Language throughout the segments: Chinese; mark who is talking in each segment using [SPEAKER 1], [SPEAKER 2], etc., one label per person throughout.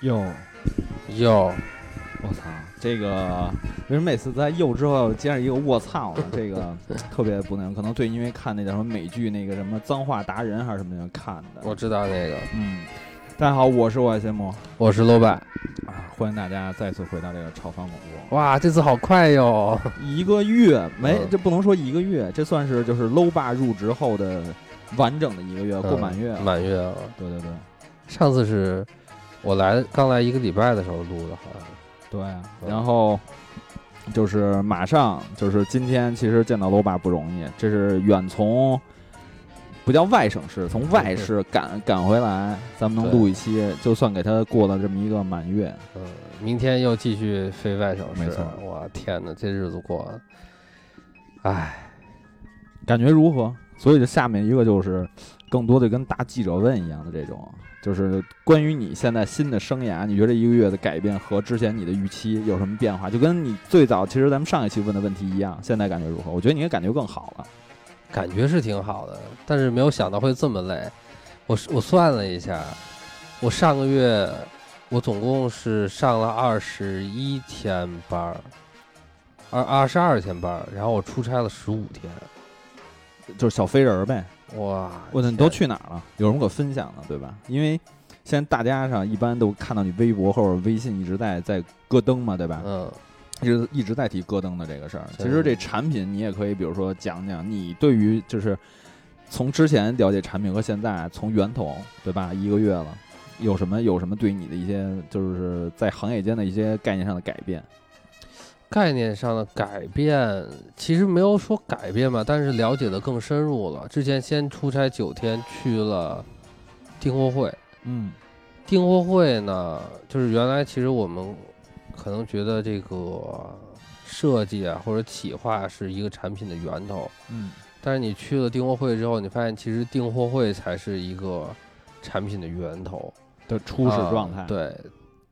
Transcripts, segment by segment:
[SPEAKER 1] 哟，
[SPEAKER 2] 哟，
[SPEAKER 1] 我操，这个为什么每次在又之后要接上一个卧槽呢？这 个特别不那种，可能对，因为看那叫什么美剧那个什么脏话达人还是什么那种看的。
[SPEAKER 2] 我知道那个，
[SPEAKER 1] 嗯，大家好，我是我爱羡慕
[SPEAKER 2] 我是老板。
[SPEAKER 1] 啊，欢迎大家再次回到这个炒房广播。
[SPEAKER 2] 哇，这次好快哟！
[SPEAKER 1] 一个月没，
[SPEAKER 2] 嗯
[SPEAKER 1] 这不能说一个月，这算是就是 low 爸入职后的完整的一个呃月，过满月了。
[SPEAKER 2] 满月啊！
[SPEAKER 1] 对对对
[SPEAKER 2] 上次是我来刚来一个礼拜的时候录的，好像是。
[SPEAKER 1] 对啊，
[SPEAKER 2] 嗯
[SPEAKER 1] 然后就是马上就是今天，其实见到 low 爸不容易，这是远从不叫外省市，从外市赶赶回来，咱们能
[SPEAKER 2] 对
[SPEAKER 1] 录一期，就算给他过了这么一个满月。
[SPEAKER 2] 嗯，明天又继续飞外省市。
[SPEAKER 1] 没错
[SPEAKER 2] 我天哪，这日子过的，哎，
[SPEAKER 1] 感觉如何？所以就下面一个就是，更多的跟大记者问一样的这种，就是关于你现在新的生涯，你觉得一个月的改变和之前你的预期有什么变化？就跟你最早其实咱们上一期问的问题一样，现在感觉如何？我觉得你应该感觉更好了。
[SPEAKER 2] 感觉是挺好的，但是没有想到会这么累。我是我算了一下，我上个月我总共是上了二十一天班儿，二二十二天班儿，然后我出差了十五天。
[SPEAKER 1] 就是小飞人儿呗。
[SPEAKER 2] 哇，
[SPEAKER 1] 我操，
[SPEAKER 2] 天
[SPEAKER 1] 你都去哪儿了？有什么可分享的，对吧？因为现在大家上一般都看到你微博或者微信一直在在咯噔嘛，对吧？
[SPEAKER 2] 嗯，
[SPEAKER 1] 一直一直在提戈登的这个事儿。
[SPEAKER 2] 对
[SPEAKER 1] 其实这产品你也可以，比如说讲讲你对于就是从之前了解产品和现在从源头对吧，一个月了，有什么有什么对你的一些就是在行业间的一些概念上的改变？
[SPEAKER 2] 概念上的改变其实没有说改变吧，但是了解的更深入了。之前先出差九天去了订货会，
[SPEAKER 1] 嗯
[SPEAKER 2] 订货会呢，就是原来其实我们可能觉得这个设计啊或者企划是一个产品的源头，
[SPEAKER 1] 嗯，
[SPEAKER 2] 但是你去了订货会之后，你发现其实订货会才是一个产品的源头。
[SPEAKER 1] 的初始状态。
[SPEAKER 2] 啊。对，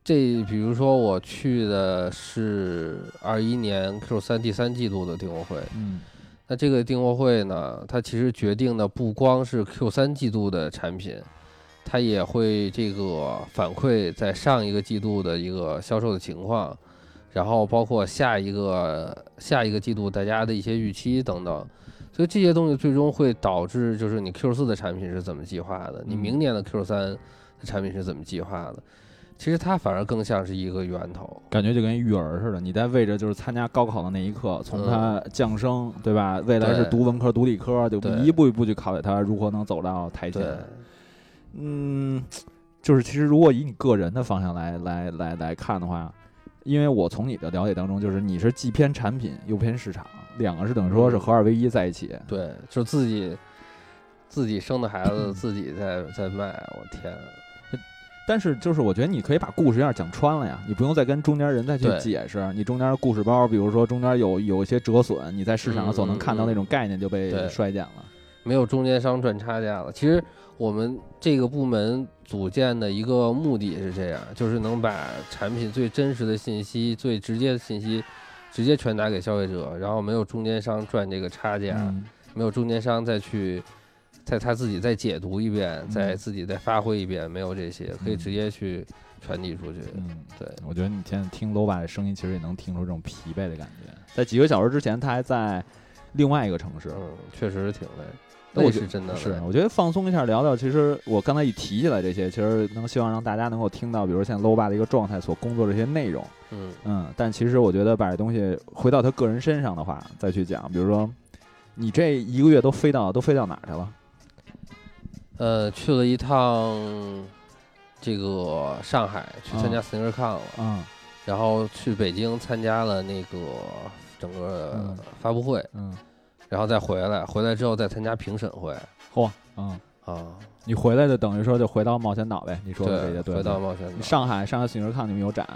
[SPEAKER 2] 这比如说我去的是二一年 Q 三第三季度的订货会，
[SPEAKER 1] 嗯
[SPEAKER 2] 那这个订货会呢，它其实决定的不光是 Q 三季度的产品，它也会这个反馈在上一个季度的一个销售的情况，然后包括下一个下一个季度大家的一些预期等等。所以这些东西最终会导致，就是你 Q 四的产品是怎么计划的，你
[SPEAKER 1] 嗯
[SPEAKER 2] 明年的 Q 三的产品是怎么计划的。其实它反而更像是一个源头，
[SPEAKER 1] 感觉就跟育儿似的，你在为着就是参加高考的那一刻，从他降生，对吧？未来是
[SPEAKER 2] 嗯对
[SPEAKER 1] 读文科、读理科，就
[SPEAKER 2] 对
[SPEAKER 1] 一步一步去考虑他如何能走到台
[SPEAKER 2] 对
[SPEAKER 1] 前。嗯，就是其实如果以你个人的方向来来来来看的话，因为我从你的了解当中，就是你是既偏产品又偏市场，两个是等于说是
[SPEAKER 2] 嗯
[SPEAKER 1] 合二为一在一起。
[SPEAKER 2] 对，就自己自己生的孩子自己在在卖，我天，
[SPEAKER 1] 但是就是我觉得你可以把故事有点讲穿了呀，你不用再跟中间人再去
[SPEAKER 2] 对
[SPEAKER 1] 解释，你中间故事包，比如说中间有有一些折损，你在市场上所能看到那种概念就被
[SPEAKER 2] 嗯对
[SPEAKER 1] 衰减了。
[SPEAKER 2] 没有中间商赚差价了。其实我们这个部门组建的一个目的是这样，就是能把产品最真实的信息、最直接的信息直接传达给消费者，然后没有中间商赚这个差价，
[SPEAKER 1] 嗯
[SPEAKER 2] 没有中间商再去。在他自己再解读一遍，再
[SPEAKER 1] 嗯
[SPEAKER 2] 自己再发挥一遍，没有这些，可以
[SPEAKER 1] 嗯
[SPEAKER 2] 直接去传递出去。
[SPEAKER 1] 嗯，
[SPEAKER 2] 对，
[SPEAKER 1] 我觉得你现在听 l o b a 的声音，其实也能听出这种疲惫的感觉。在几个小时之前，他还在另外一个城市，
[SPEAKER 2] 嗯，确实是挺累，
[SPEAKER 1] 那我
[SPEAKER 2] 累
[SPEAKER 1] 觉
[SPEAKER 2] 是真的累。
[SPEAKER 1] 是，我觉得放松一下，聊聊。其实我刚才一提起来这些，其实能希望让大家能够听到，比如现在 low 爸的一个状态所工作的一些内容。
[SPEAKER 2] 嗯，
[SPEAKER 1] 嗯，但其实我觉得把这东西回到他个人身上的话，再去讲，比如说你这一个月都飞到都飞到哪儿去了？
[SPEAKER 2] 呃，去了一趟这个上海，去参加 SneakerCon 了，
[SPEAKER 1] 嗯
[SPEAKER 2] 然后去北京参加了那个整个
[SPEAKER 1] 嗯
[SPEAKER 2] 发布会，
[SPEAKER 1] 嗯，
[SPEAKER 2] 然后再回来，回来之后再参加评审
[SPEAKER 1] 啊
[SPEAKER 2] 会
[SPEAKER 1] 嚯，嗯，
[SPEAKER 2] 啊，
[SPEAKER 1] 你回来就等于说就回到冒险岛呗？你说的这
[SPEAKER 2] 对，
[SPEAKER 1] 些对
[SPEAKER 2] 回到
[SPEAKER 1] 吗
[SPEAKER 2] 冒险
[SPEAKER 1] 你
[SPEAKER 2] 岛。
[SPEAKER 1] 上海上海喜剧看你们有展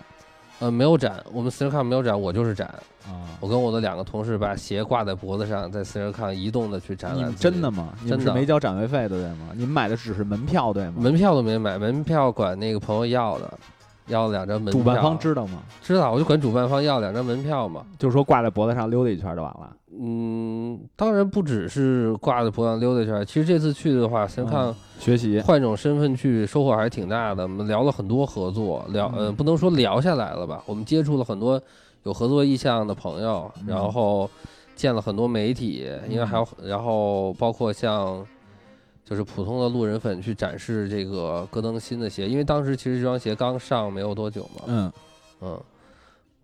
[SPEAKER 2] 呃，没有展，我们 SneakerCon 没有展，我就是展。
[SPEAKER 1] 啊？
[SPEAKER 2] 我跟我的两个同事把鞋挂在脖子上，在 SneakerCon 移动的去展
[SPEAKER 1] 你
[SPEAKER 2] 览
[SPEAKER 1] 们
[SPEAKER 2] 自己。
[SPEAKER 1] 真的吗？你们
[SPEAKER 2] 真
[SPEAKER 1] 是
[SPEAKER 2] 的
[SPEAKER 1] 没交展位费的对吗？你们买的只是门票对吗？
[SPEAKER 2] 门票都没买，门票管那个朋友要的，要了两张门票。
[SPEAKER 1] 主办方知道吗？
[SPEAKER 2] 知道，我就管主办方要两张门票嘛。
[SPEAKER 1] 就是说挂在脖子上溜达一圈就完了。
[SPEAKER 2] 嗯，当然不只是挂着脖子上溜达一圈儿。其实这次去的话，先看
[SPEAKER 1] 嗯学习，
[SPEAKER 2] 换一种身份去，收获还是挺大的。我们聊了很多合作，聊
[SPEAKER 1] 嗯
[SPEAKER 2] 呃不能说聊下来了吧，我们接触了很多有合作意向的朋友，
[SPEAKER 1] 嗯
[SPEAKER 2] 然后见了很多媒体，因为还有然后包括像。就是普通的路人粉去展示这个戈登新的鞋，因为当时其实这双鞋刚上没有多久嘛，
[SPEAKER 1] 嗯，
[SPEAKER 2] 嗯，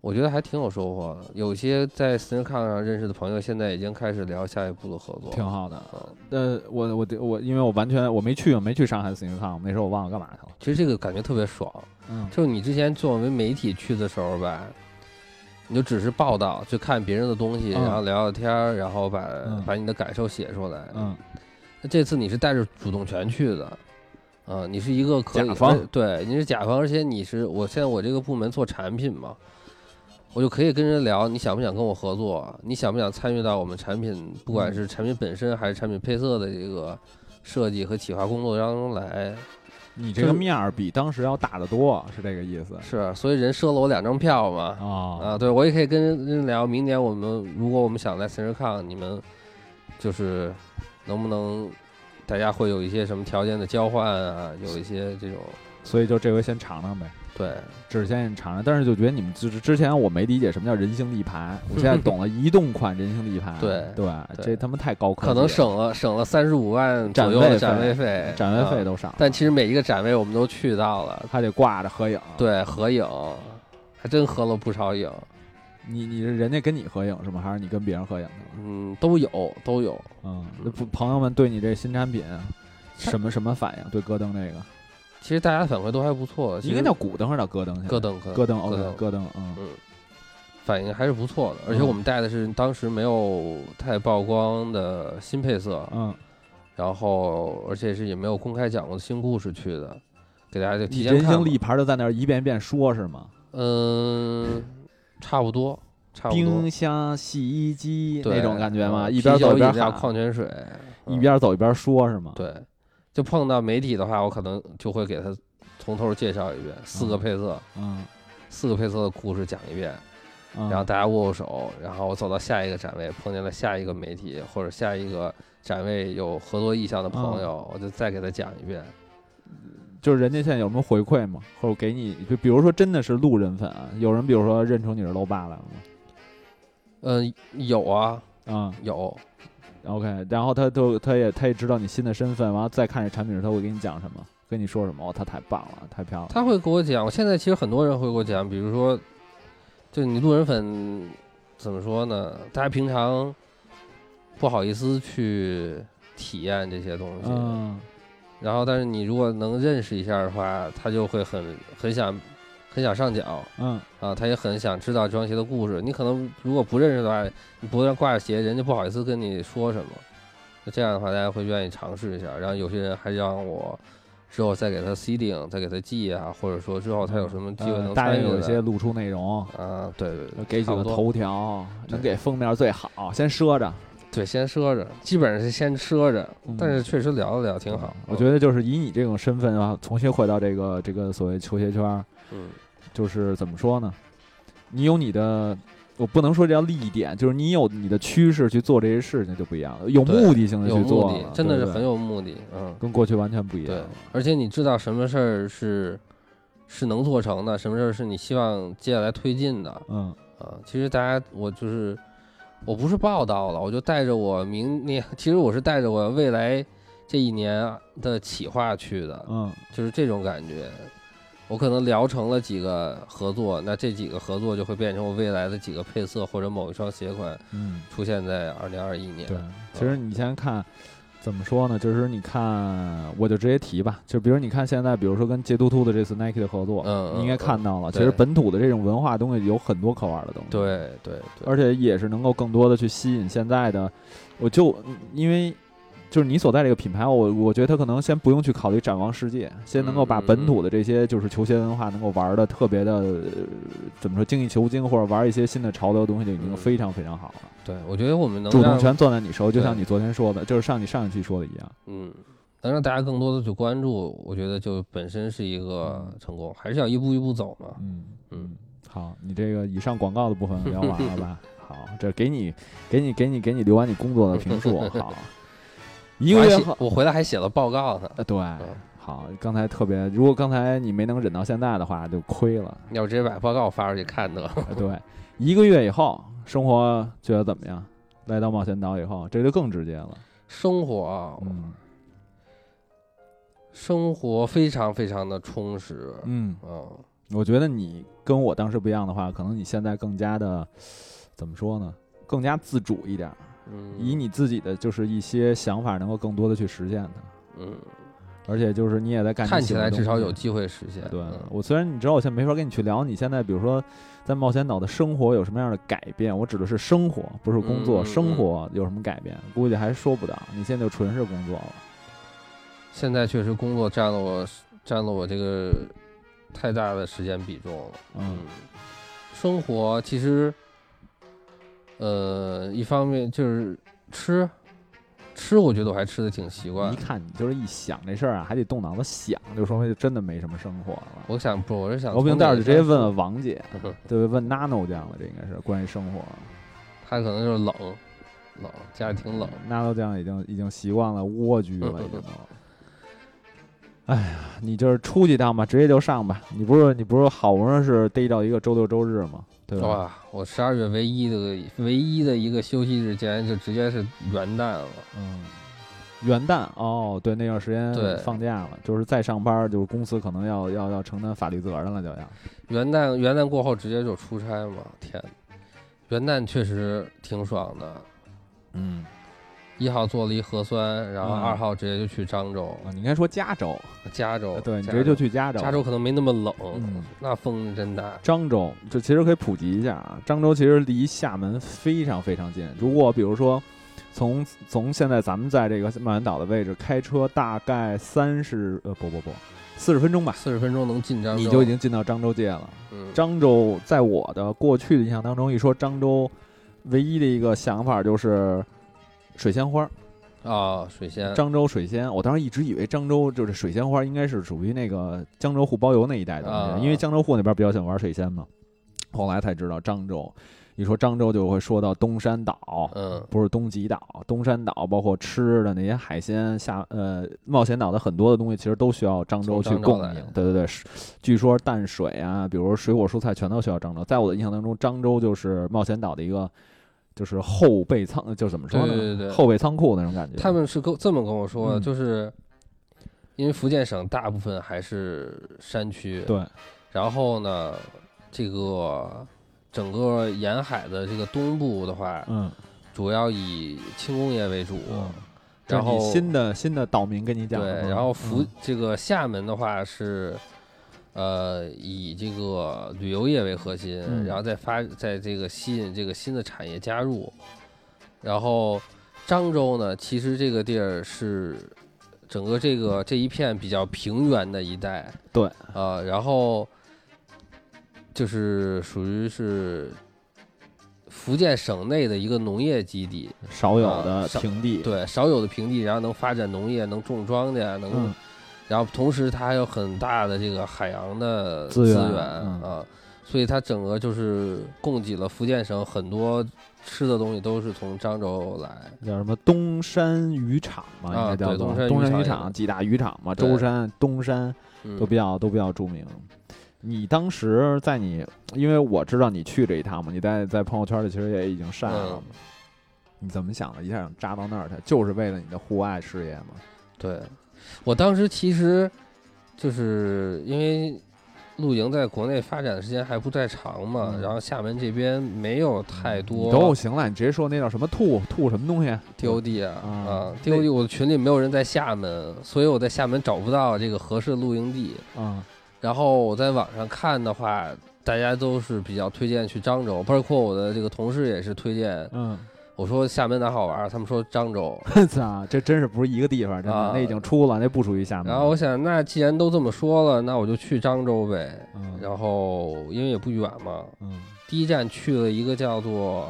[SPEAKER 2] 我觉得还挺有收获的。有些在 SneakerCon 上认识的朋友，现在已经开始聊下一步的合作。
[SPEAKER 1] 挺好的。
[SPEAKER 2] 嗯，
[SPEAKER 1] 呃，我我我，因为我完全我没去，没去上海 Sneaker Con，那时候我忘了干嘛去了。
[SPEAKER 2] 其实这个感觉特别爽。
[SPEAKER 1] 嗯，
[SPEAKER 2] 就是你之前作为媒体去的时候吧，你就只是报道，就看别人的东西，
[SPEAKER 1] 嗯
[SPEAKER 2] 然后聊聊天儿，然后把、
[SPEAKER 1] 嗯
[SPEAKER 2] 把你的感受写出来。
[SPEAKER 1] 嗯，
[SPEAKER 2] 那这次你是带着主动权去的，啊、你是一个可以
[SPEAKER 1] 甲方
[SPEAKER 2] 而对，你是甲方，而且你是我现在我这个部门做产品嘛，我就可以跟人聊，你想不想跟我合作？啊你想不想参与到我们产品，
[SPEAKER 1] 嗯
[SPEAKER 2] 不管是产品本身还是产品配色的这个设计和企划工作当中来？
[SPEAKER 1] 你这个面儿比当时要大得多，是这个意思
[SPEAKER 2] 是，啊所以人赊了我两张票嘛，
[SPEAKER 1] 啊？
[SPEAKER 2] 啊，对，我也可以跟人聊。明年我们如果我们想来 c e n c o n 你们就是能不能大家会有一些什么条件的交换啊？有一些这种
[SPEAKER 1] 所以就这回先尝尝呗，
[SPEAKER 2] 对，
[SPEAKER 1] 只是先尝尝。但是就觉得你们就是之前我没理解什么叫人形立牌，我现在 懂了，移动款人形立牌。
[SPEAKER 2] 对
[SPEAKER 1] 对，
[SPEAKER 2] 对
[SPEAKER 1] 这他妈太高科技
[SPEAKER 2] 可
[SPEAKER 1] 了，
[SPEAKER 2] 能省了省了三十五万
[SPEAKER 1] 展
[SPEAKER 2] 左右
[SPEAKER 1] 位
[SPEAKER 2] 的展
[SPEAKER 1] 费
[SPEAKER 2] 位费，
[SPEAKER 1] 展位费
[SPEAKER 2] 啊
[SPEAKER 1] 都上了，
[SPEAKER 2] 但其实每一个展位我们都去到了，
[SPEAKER 1] 还得挂着合影。，
[SPEAKER 2] 对，合影还真合了不少影，
[SPEAKER 1] 你你是人家跟你合影是吗？还是你跟别人合影去了？
[SPEAKER 2] 嗯，都有都有。
[SPEAKER 1] 嗯，那不朋友们对你这新产品什么什么反应？对戈登这个，
[SPEAKER 2] 其实大家反馈都还不错，其
[SPEAKER 1] 应该
[SPEAKER 2] 实
[SPEAKER 1] 叫古登还是叫戈登？
[SPEAKER 2] 咯噔咯
[SPEAKER 1] 戈登
[SPEAKER 2] 咯
[SPEAKER 1] ，OK，
[SPEAKER 2] 噔
[SPEAKER 1] 戈登，嗯
[SPEAKER 2] 嗯，反应还是不错的，而且
[SPEAKER 1] 嗯
[SPEAKER 2] 我们带的是当时没有太曝光的新配色，
[SPEAKER 1] 嗯，
[SPEAKER 2] 然后而且是也没有公开讲过的新故事去的，给大家就
[SPEAKER 1] 你
[SPEAKER 2] 提前
[SPEAKER 1] 人
[SPEAKER 2] 看
[SPEAKER 1] 形
[SPEAKER 2] 了。
[SPEAKER 1] 立牌就在那儿一遍一遍说是吗？
[SPEAKER 2] 嗯，差不多，差不多
[SPEAKER 1] 冰箱、洗衣机
[SPEAKER 2] 对
[SPEAKER 1] 那种感觉吗？
[SPEAKER 2] 嗯
[SPEAKER 1] 一边
[SPEAKER 2] 啤
[SPEAKER 1] 走
[SPEAKER 2] 酒
[SPEAKER 1] 一边
[SPEAKER 2] 饮料
[SPEAKER 1] 喊，
[SPEAKER 2] 矿泉水，嗯
[SPEAKER 1] 一边走一边说是吗？
[SPEAKER 2] 对，就碰到媒体的话，我可能就会给他从头介绍一遍，四个
[SPEAKER 1] 嗯
[SPEAKER 2] 配色，
[SPEAKER 1] 嗯，
[SPEAKER 2] 四个配色的故事讲一遍，
[SPEAKER 1] 嗯，
[SPEAKER 2] 然后大家握握手，然后我走到下一个展位，碰见了下一个媒体或者下一个展位有合作意向的朋友，我就再给他讲一遍。
[SPEAKER 1] 就是人家现在有什么回馈吗？或者给你，就比如说真的是路人粉啊，有人比如说认出你是楼爸来了吗？
[SPEAKER 2] 嗯，有啊，
[SPEAKER 1] 啊、
[SPEAKER 2] 有，
[SPEAKER 1] OK，然后他都他也他也知道你新的身份，然后再看这产品时，他会给你讲什么，跟你说什么？哦，他太棒了，太漂亮了。
[SPEAKER 2] 他会给我讲。我现在其实很多人会给我讲，比如说，就你路人粉怎么说呢？大家平常不好意思去体验这些东西，
[SPEAKER 1] 嗯，
[SPEAKER 2] 然后但是你如果能认识一下的话，他就会很很想很想上脚。
[SPEAKER 1] 嗯
[SPEAKER 2] 啊，他也很想知道这双鞋的故事。你可能如果不认识的话，你脖子上挂着鞋，人家不好意思跟你说什么。那这样的话，大家会愿意尝试一下。然后有些人还让我之后再给他 seeding，再给他寄啊，或者说之后他有什么机会
[SPEAKER 1] 呃
[SPEAKER 2] 能
[SPEAKER 1] 大约
[SPEAKER 2] 参与
[SPEAKER 1] 有一
[SPEAKER 2] 的
[SPEAKER 1] 些露出内容，
[SPEAKER 2] 啊，对对对，
[SPEAKER 1] 给几
[SPEAKER 2] 差不
[SPEAKER 1] 个
[SPEAKER 2] 多
[SPEAKER 1] 头条，能
[SPEAKER 2] 对
[SPEAKER 1] 给封面最好，先赊着。
[SPEAKER 2] 对，先赊着，基本上是先赊着，但是确实聊了聊挺好。
[SPEAKER 1] 嗯我觉
[SPEAKER 2] 得，
[SPEAKER 1] 得就是以你这种身份啊，重新回到这个这个所谓球鞋圈儿，
[SPEAKER 2] 嗯，
[SPEAKER 1] 就是怎么说呢？你有你的，我不能说这叫利点，就是你有你的趋势去做这些事情就不一样了，有
[SPEAKER 2] 对
[SPEAKER 1] 目的性的
[SPEAKER 2] 有
[SPEAKER 1] 去
[SPEAKER 2] 目
[SPEAKER 1] 做
[SPEAKER 2] 的
[SPEAKER 1] 了，，
[SPEAKER 2] 真的
[SPEAKER 1] 对
[SPEAKER 2] 是
[SPEAKER 1] 不对
[SPEAKER 2] 很有目的，嗯。
[SPEAKER 1] 跟过去完全不一
[SPEAKER 2] 对
[SPEAKER 1] 样。，
[SPEAKER 2] 而且你知道什么事儿是是能做成的，什么事儿是你希望接下来推进的
[SPEAKER 1] 嗯
[SPEAKER 2] 啊。其实大家，我就是我不是报道了，我就带着我明年， 其实我是带着我未来这一年的企划去的，
[SPEAKER 1] 嗯
[SPEAKER 2] 就是这种感觉。我可能聊成了几个合作，那这几个合作就会变成我未来的几个配色或者某一双鞋款
[SPEAKER 1] 嗯，
[SPEAKER 2] 出现在二零二一年。
[SPEAKER 1] 对，其实你先看，怎么说呢？就是你看，我就直接提吧，就比如你看现在，比如说跟捷途兔的这次 Nike 的合作，
[SPEAKER 2] 嗯
[SPEAKER 1] 你应该
[SPEAKER 2] 嗯
[SPEAKER 1] 看
[SPEAKER 2] 嗯
[SPEAKER 1] 到了，其
[SPEAKER 2] 对
[SPEAKER 1] 实本土的这种文化东西有很多可玩的东西。。
[SPEAKER 2] 对对对，
[SPEAKER 1] 而且也是能够更多的去吸引现在的，我就因为就是你所在这个品牌，我我觉得他可能先不用去考虑展望世界，先能够把
[SPEAKER 2] 嗯嗯
[SPEAKER 1] 本土的这些就是球鞋文化能够玩的特别的、呃怎么说精益求精，或者玩一些新的潮流的东西就已经
[SPEAKER 2] 嗯
[SPEAKER 1] 非常非常好了。
[SPEAKER 2] 对我觉得我们能
[SPEAKER 1] 主动
[SPEAKER 2] 让
[SPEAKER 1] 权攥在你手，就像
[SPEAKER 2] 对
[SPEAKER 1] 你昨天说的，就是上你上一期说的一样，
[SPEAKER 2] 嗯，能让大家更多的去关注，我觉得就本身是一个成功，还是要一步一步走嘛。
[SPEAKER 1] 嗯
[SPEAKER 2] 嗯，
[SPEAKER 1] 好，你这个以上广告的部分聊完了 吧？好，这给你，给你，给你，给你留完你工作的评述。 好，一
[SPEAKER 2] 我
[SPEAKER 1] 个
[SPEAKER 2] 还
[SPEAKER 1] 月
[SPEAKER 2] 写
[SPEAKER 1] 后，
[SPEAKER 2] 我回来还写了报告呢。
[SPEAKER 1] 呃，对，好，刚才特别，如果刚才你没能忍到现在的话，就亏了。
[SPEAKER 2] 要不直接把报告发出去看得了。
[SPEAKER 1] 呃对，一个月以后，生活觉得怎么样？来到冒险岛以后，这就更直接了。
[SPEAKER 2] 生活啊，
[SPEAKER 1] 嗯
[SPEAKER 2] 生活非常非常的充实。
[SPEAKER 1] 嗯，
[SPEAKER 2] 嗯，
[SPEAKER 1] 我觉得你跟我当时不一样的话，可能你现在更加的怎么说呢？更加自主一点儿，
[SPEAKER 2] 嗯
[SPEAKER 1] 以你自己的就是一些想法，能够更多的去实现它，
[SPEAKER 2] 嗯，
[SPEAKER 1] 而且就是你也在干你
[SPEAKER 2] 看
[SPEAKER 1] 喜
[SPEAKER 2] 起
[SPEAKER 1] 欢的
[SPEAKER 2] 来至少
[SPEAKER 1] 东西
[SPEAKER 2] 有机会实现。
[SPEAKER 1] 对
[SPEAKER 2] 嗯
[SPEAKER 1] 我虽然你知道我现在没法跟你去聊你现在比如说在冒险岛的生活有什么样的改变，我指的是生活，不是工作，
[SPEAKER 2] 嗯嗯
[SPEAKER 1] 生活有什么改变，估计还说不到。你现在就纯是工作了，
[SPEAKER 2] 现在确实工作占了我占了我这个太大的时间比重了。
[SPEAKER 1] 嗯，
[SPEAKER 2] 生活其实，呃，一方面就是吃，吃我觉得我还吃的挺习惯
[SPEAKER 1] 一。看你就是一想这事儿啊，还得动脑子想，就说明就真的没什么生活了。
[SPEAKER 2] 我想不，我是想
[SPEAKER 1] 我不行，待会儿就直接问问
[SPEAKER 2] 问，
[SPEAKER 1] 王姐，对，问 Nano 酱了，这应该是关于生活。
[SPEAKER 2] 他可能就是冷，冷家里挺冷。
[SPEAKER 1] ，Nano 酱已经已经习惯了蜗居了，已经都。哎呀，你就是出去一趟吧，直接就上吧。你不是你不是好不容易是逮到一个周六周日吗？对吧？
[SPEAKER 2] 哇，我十二月唯一的唯一的一个休息日，竟然就直接是元旦了。
[SPEAKER 1] 嗯，元旦哦，对，那段时间
[SPEAKER 2] 对
[SPEAKER 1] 放假了，就是再上班，就是公司可能要要要承担法律责任了，就要。
[SPEAKER 2] 元旦元旦过后直接就出差嘛，天，元旦确实挺爽的。
[SPEAKER 1] 嗯，
[SPEAKER 2] 一号做了一核酸，然后
[SPEAKER 1] 嗯
[SPEAKER 2] 二号直接就去漳州、
[SPEAKER 1] 啊，你应该说加州，
[SPEAKER 2] 加州，
[SPEAKER 1] 对，你
[SPEAKER 2] 哦加
[SPEAKER 1] 直接就
[SPEAKER 2] 州。
[SPEAKER 1] 去加州。
[SPEAKER 2] 加州可能没那么冷，
[SPEAKER 1] 嗯
[SPEAKER 2] 那风真大。
[SPEAKER 1] 漳州，就其实可以普及一下啊，漳州其实离厦门非常非常近。如果比如说从从现在咱们在这个曼远岛的位置开车，大概三十呃不不不四十分钟吧，
[SPEAKER 2] 四十分钟能进漳州，
[SPEAKER 1] 你就已经进到漳州界了。
[SPEAKER 2] 嗯
[SPEAKER 1] 漳州在我的过去的印象当中，一说漳州，唯一的一个想法就是水仙花儿，
[SPEAKER 2] 啊水仙
[SPEAKER 1] 漳州水仙。我当时一直以为漳州就是水仙花，应该是属于那个江浙沪包邮那一带的东西，
[SPEAKER 2] 啊
[SPEAKER 1] 因为江浙沪那边比较喜欢玩水仙嘛。后来才知道漳州，一说漳州就会说到东山岛，
[SPEAKER 2] 嗯
[SPEAKER 1] 不是东极岛，东山岛包括吃的那些海鲜，下呃冒险岛的很多的东西其实都需要漳州去
[SPEAKER 2] 从漳州
[SPEAKER 1] 供
[SPEAKER 2] 来
[SPEAKER 1] 应。对对对，是据说淡水啊，比如说水果蔬菜全都需要漳州。在我的印象当中，漳州就是冒险岛的一个。就是后备仓，就是怎么说呢？
[SPEAKER 2] 对对对
[SPEAKER 1] 后备仓库那种感觉。
[SPEAKER 2] 他们是跟这么跟我说的，
[SPEAKER 1] 嗯
[SPEAKER 2] 就是因为福建省大部分还是山区，
[SPEAKER 1] 对，
[SPEAKER 2] 然后呢，这个整个沿海的这个东部的话，
[SPEAKER 1] 嗯，
[SPEAKER 2] 主要以轻工业为主，
[SPEAKER 1] 嗯
[SPEAKER 2] 然后
[SPEAKER 1] 这是你新的新的岛民跟你讲
[SPEAKER 2] 对
[SPEAKER 1] 的吗，
[SPEAKER 2] 然后福、
[SPEAKER 1] 嗯
[SPEAKER 2] 这个厦门的话是，呃，以这个旅游业为核心，
[SPEAKER 1] 嗯
[SPEAKER 2] 然后再发在这个吸引这个新的产业加入，然后漳州呢，其实这个地儿是整个这个这一片比较平原的一带，
[SPEAKER 1] 对，
[SPEAKER 2] 呃，然后就是属于是。福建省内的一个农业基地，
[SPEAKER 1] 少有的
[SPEAKER 2] 呃少
[SPEAKER 1] 平地，
[SPEAKER 2] 对少有的平地，然后能发展农业，能种庄稼，能
[SPEAKER 1] 嗯，
[SPEAKER 2] 然后同时它还有很大的这个海洋的
[SPEAKER 1] 资源嗯
[SPEAKER 2] 啊，所以它整个就是供给了福建省很多吃的东西都是从漳州来。
[SPEAKER 1] 叫什么东山渔场嘛，应
[SPEAKER 2] 啊
[SPEAKER 1] 该叫
[SPEAKER 2] 对
[SPEAKER 1] 做
[SPEAKER 2] 东山
[SPEAKER 1] 东
[SPEAKER 2] 渔
[SPEAKER 1] 山渔
[SPEAKER 2] 场也
[SPEAKER 1] 场，
[SPEAKER 2] 是
[SPEAKER 1] 几大渔场嘛，
[SPEAKER 2] 对
[SPEAKER 1] 舟山、东山
[SPEAKER 2] 嗯
[SPEAKER 1] 都比较都比较著名。你当时在你，因为我知道你去这一趟嘛，你在在朋友圈里其实也已经晒了嘛
[SPEAKER 2] 嗯，
[SPEAKER 1] 你怎么想的？一下想扎到那儿去，就是为了你的户外事业嘛？
[SPEAKER 2] 对，我当时其实就是因为露营在国内发展的时间还不太长嘛，
[SPEAKER 1] 嗯
[SPEAKER 2] 然后厦门这边没有
[SPEAKER 1] 你
[SPEAKER 2] 太
[SPEAKER 1] 都
[SPEAKER 2] 多
[SPEAKER 1] 行了，你直接说那叫什么兔兔什么东西？
[SPEAKER 2] 丢地啊
[SPEAKER 1] 啊
[SPEAKER 2] 啊
[SPEAKER 1] 那
[SPEAKER 2] 丢地，我的群里没有人在厦门，所以我在厦门找不到这个合适的露营地。
[SPEAKER 1] 啊，
[SPEAKER 2] 然后我在网上看的话，大家都是比较推荐去漳州，包括我的这个同事也是推荐。
[SPEAKER 1] 嗯，
[SPEAKER 2] 我说厦门哪好玩儿，他们说漳州。
[SPEAKER 1] 操，这真是不是一个地方，真的，
[SPEAKER 2] 啊
[SPEAKER 1] 那已经出了，那不属于厦门。
[SPEAKER 2] 然后我想，那既然都这么说了，那我就去漳州呗。
[SPEAKER 1] 嗯，
[SPEAKER 2] 然后因为也不远嘛，
[SPEAKER 1] 嗯，
[SPEAKER 2] 第一站去了一个叫做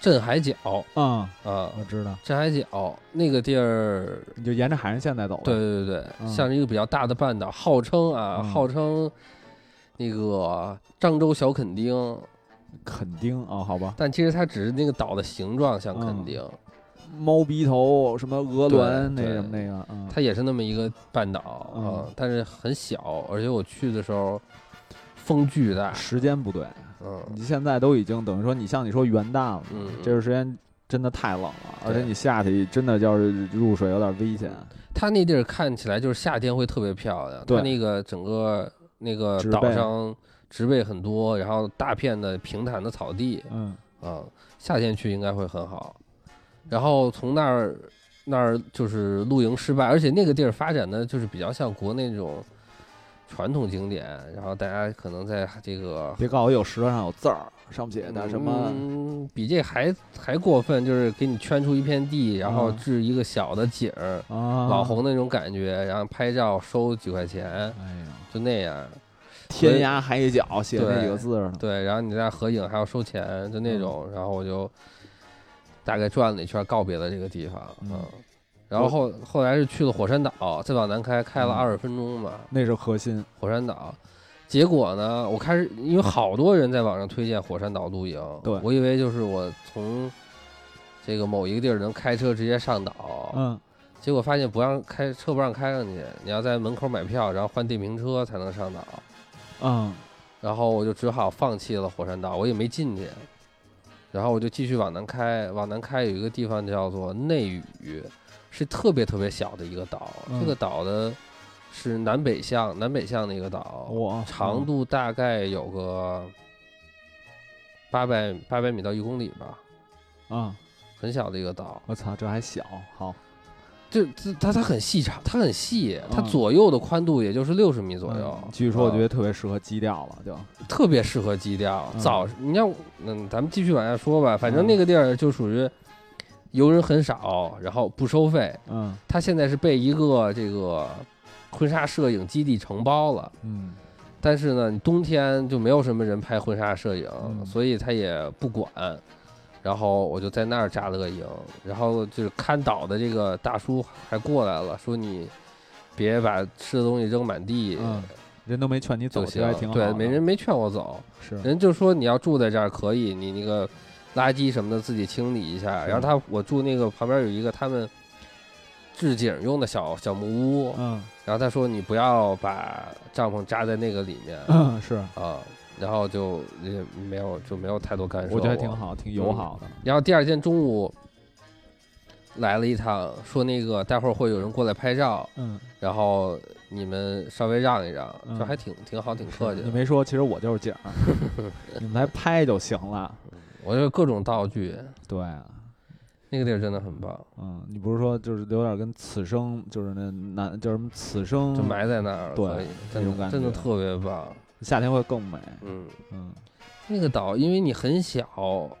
[SPEAKER 2] 镇海角
[SPEAKER 1] 嗯，
[SPEAKER 2] 啊，
[SPEAKER 1] 我知道，
[SPEAKER 2] 镇海角那个地儿，
[SPEAKER 1] 你就沿着海岸线再走呗。
[SPEAKER 2] 对对对
[SPEAKER 1] 嗯
[SPEAKER 2] 对，像是一个比较大的半岛，号称啊，
[SPEAKER 1] 嗯
[SPEAKER 2] 号称那个漳州小垦丁，
[SPEAKER 1] 垦丁啊，好吧，
[SPEAKER 2] 但其实它只是那个岛的形状像垦
[SPEAKER 1] 嗯
[SPEAKER 2] 丁，
[SPEAKER 1] 猫鼻头什么鹅銮那
[SPEAKER 2] 对对
[SPEAKER 1] 什么那个，嗯，
[SPEAKER 2] 它也是那么一个半岛啊
[SPEAKER 1] 嗯，
[SPEAKER 2] 但是很小，而且我去的时候风巨大，
[SPEAKER 1] 时间不对，
[SPEAKER 2] 嗯
[SPEAKER 1] 你现在都已经等于说，你像你说元旦了，
[SPEAKER 2] 嗯，
[SPEAKER 1] 这段时间真的太冷了，而
[SPEAKER 2] 对
[SPEAKER 1] 且你下去真的要是入水有点危险，
[SPEAKER 2] 它那地儿看起来就是夏天会特别漂亮，
[SPEAKER 1] 对
[SPEAKER 2] 它那个整个那个
[SPEAKER 1] 植
[SPEAKER 2] 岛
[SPEAKER 1] 被
[SPEAKER 2] 上植被很多，然后大片的平坦的草地
[SPEAKER 1] 嗯，
[SPEAKER 2] 啊、夏天去应该会很好。然后从那儿那儿就是露营失败，而且那个地儿发展的就是比较像国内那种传统景点，然后大家可能在这个
[SPEAKER 1] 别告诉我有石头上有字儿，上面写的啊什么，
[SPEAKER 2] 嗯，比这还还过分，就是给你圈出一片地，然后
[SPEAKER 1] 啊
[SPEAKER 2] 置一个小的景儿。
[SPEAKER 1] 啊，
[SPEAKER 2] 网嗯红那种感觉，然后拍照收几块钱，
[SPEAKER 1] 哎呀，
[SPEAKER 2] 就那样。
[SPEAKER 1] 天涯海角写那
[SPEAKER 2] 对
[SPEAKER 1] 几个字儿呢，
[SPEAKER 2] 对，然后你在合影还要收钱，就
[SPEAKER 1] 嗯
[SPEAKER 2] 那种。然后我就大概转了一圈，告别了这个地方。
[SPEAKER 1] 嗯
[SPEAKER 2] 嗯，然后后后来是去了火山岛，再往南开，开了
[SPEAKER 1] 嗯
[SPEAKER 2] 二十分钟吧。
[SPEAKER 1] 那是核心，
[SPEAKER 2] 火山岛，结果呢，我开始因为好多人在网上推荐火山岛露营，
[SPEAKER 1] 对
[SPEAKER 2] 我以为就是我从这个某一个地儿能开车直接上岛，
[SPEAKER 1] 嗯，
[SPEAKER 2] 结果发现不让开车不让开上去，你要在门口买票，然后换电瓶车才能上岛。
[SPEAKER 1] 嗯，
[SPEAKER 2] 然后我就只好放弃了火山岛，我也没进去。然后我就继续往南开，往南开有一个地方叫做内屿，是特别特别小的一个岛。
[SPEAKER 1] 嗯
[SPEAKER 2] 这个岛的是南北向，南北向的一个岛，
[SPEAKER 1] 我
[SPEAKER 2] 长度大概有个八百八百米到一公里吧，
[SPEAKER 1] 啊，
[SPEAKER 2] 很小的一个岛。
[SPEAKER 1] 我操，这还小，好，
[SPEAKER 2] 就它它它很细长，它很细，它
[SPEAKER 1] 嗯
[SPEAKER 2] 左右的宽度也就是六十米左右
[SPEAKER 1] 嗯。据说我觉
[SPEAKER 2] 啊
[SPEAKER 1] 得特别适合基调了，就
[SPEAKER 2] 特别适合基调。
[SPEAKER 1] 嗯
[SPEAKER 2] 早，你要嗯，咱们继续往下说吧。反正那个地儿就属于游人很少，然后不收费。
[SPEAKER 1] 嗯
[SPEAKER 2] 它现在是被一个这个婚纱摄影基地承包了，
[SPEAKER 1] 嗯
[SPEAKER 2] 但是呢，你冬天就没有什么人拍婚纱摄影，
[SPEAKER 1] 嗯
[SPEAKER 2] 所以他也不管。然后我就在那儿扎了个营，然后就是看岛的这个大叔还过来了，说你别把吃的东西扔满地
[SPEAKER 1] 嗯，人都没劝你走，
[SPEAKER 2] 就
[SPEAKER 1] 其
[SPEAKER 2] 行
[SPEAKER 1] 实还挺。好的，
[SPEAKER 2] 对，没人没劝我走，
[SPEAKER 1] 是，
[SPEAKER 2] 人就说你要住在这儿可以，你那个垃圾什么的自己清理一下。
[SPEAKER 1] 是
[SPEAKER 2] 然后他我住那个旁边有一个他们置景用的小小木屋，
[SPEAKER 1] 嗯
[SPEAKER 2] 然后他说你不要把帐篷扎在那个里面
[SPEAKER 1] 嗯是，
[SPEAKER 2] 啊，然后就也没有就没有太多干涉。
[SPEAKER 1] 我觉得还挺。好，挺
[SPEAKER 2] 嗯
[SPEAKER 1] 友好的，
[SPEAKER 2] 然后第二天中午来了一趟，说那个待会儿会有人过来拍照，
[SPEAKER 1] 嗯，
[SPEAKER 2] 然后你们稍微让一让，
[SPEAKER 1] 嗯
[SPEAKER 2] 这还挺挺好，挺客气
[SPEAKER 1] 你
[SPEAKER 2] 的。
[SPEAKER 1] 没说，其实我就是景儿， 你们来拍就行了，
[SPEAKER 2] 我就各种道具，
[SPEAKER 1] 对啊。
[SPEAKER 2] 那个地儿真的很棒。
[SPEAKER 1] 嗯，你不是说就是有点跟此生就是那男叫什么此生
[SPEAKER 2] 就埋在那儿了，
[SPEAKER 1] 嗯对
[SPEAKER 2] 可以
[SPEAKER 1] 那种
[SPEAKER 2] 真
[SPEAKER 1] 感
[SPEAKER 2] 的真的
[SPEAKER 1] 觉
[SPEAKER 2] 特别棒。
[SPEAKER 1] 夏天会更美，
[SPEAKER 2] 嗯，
[SPEAKER 1] 嗯
[SPEAKER 2] 那个岛因为你很小，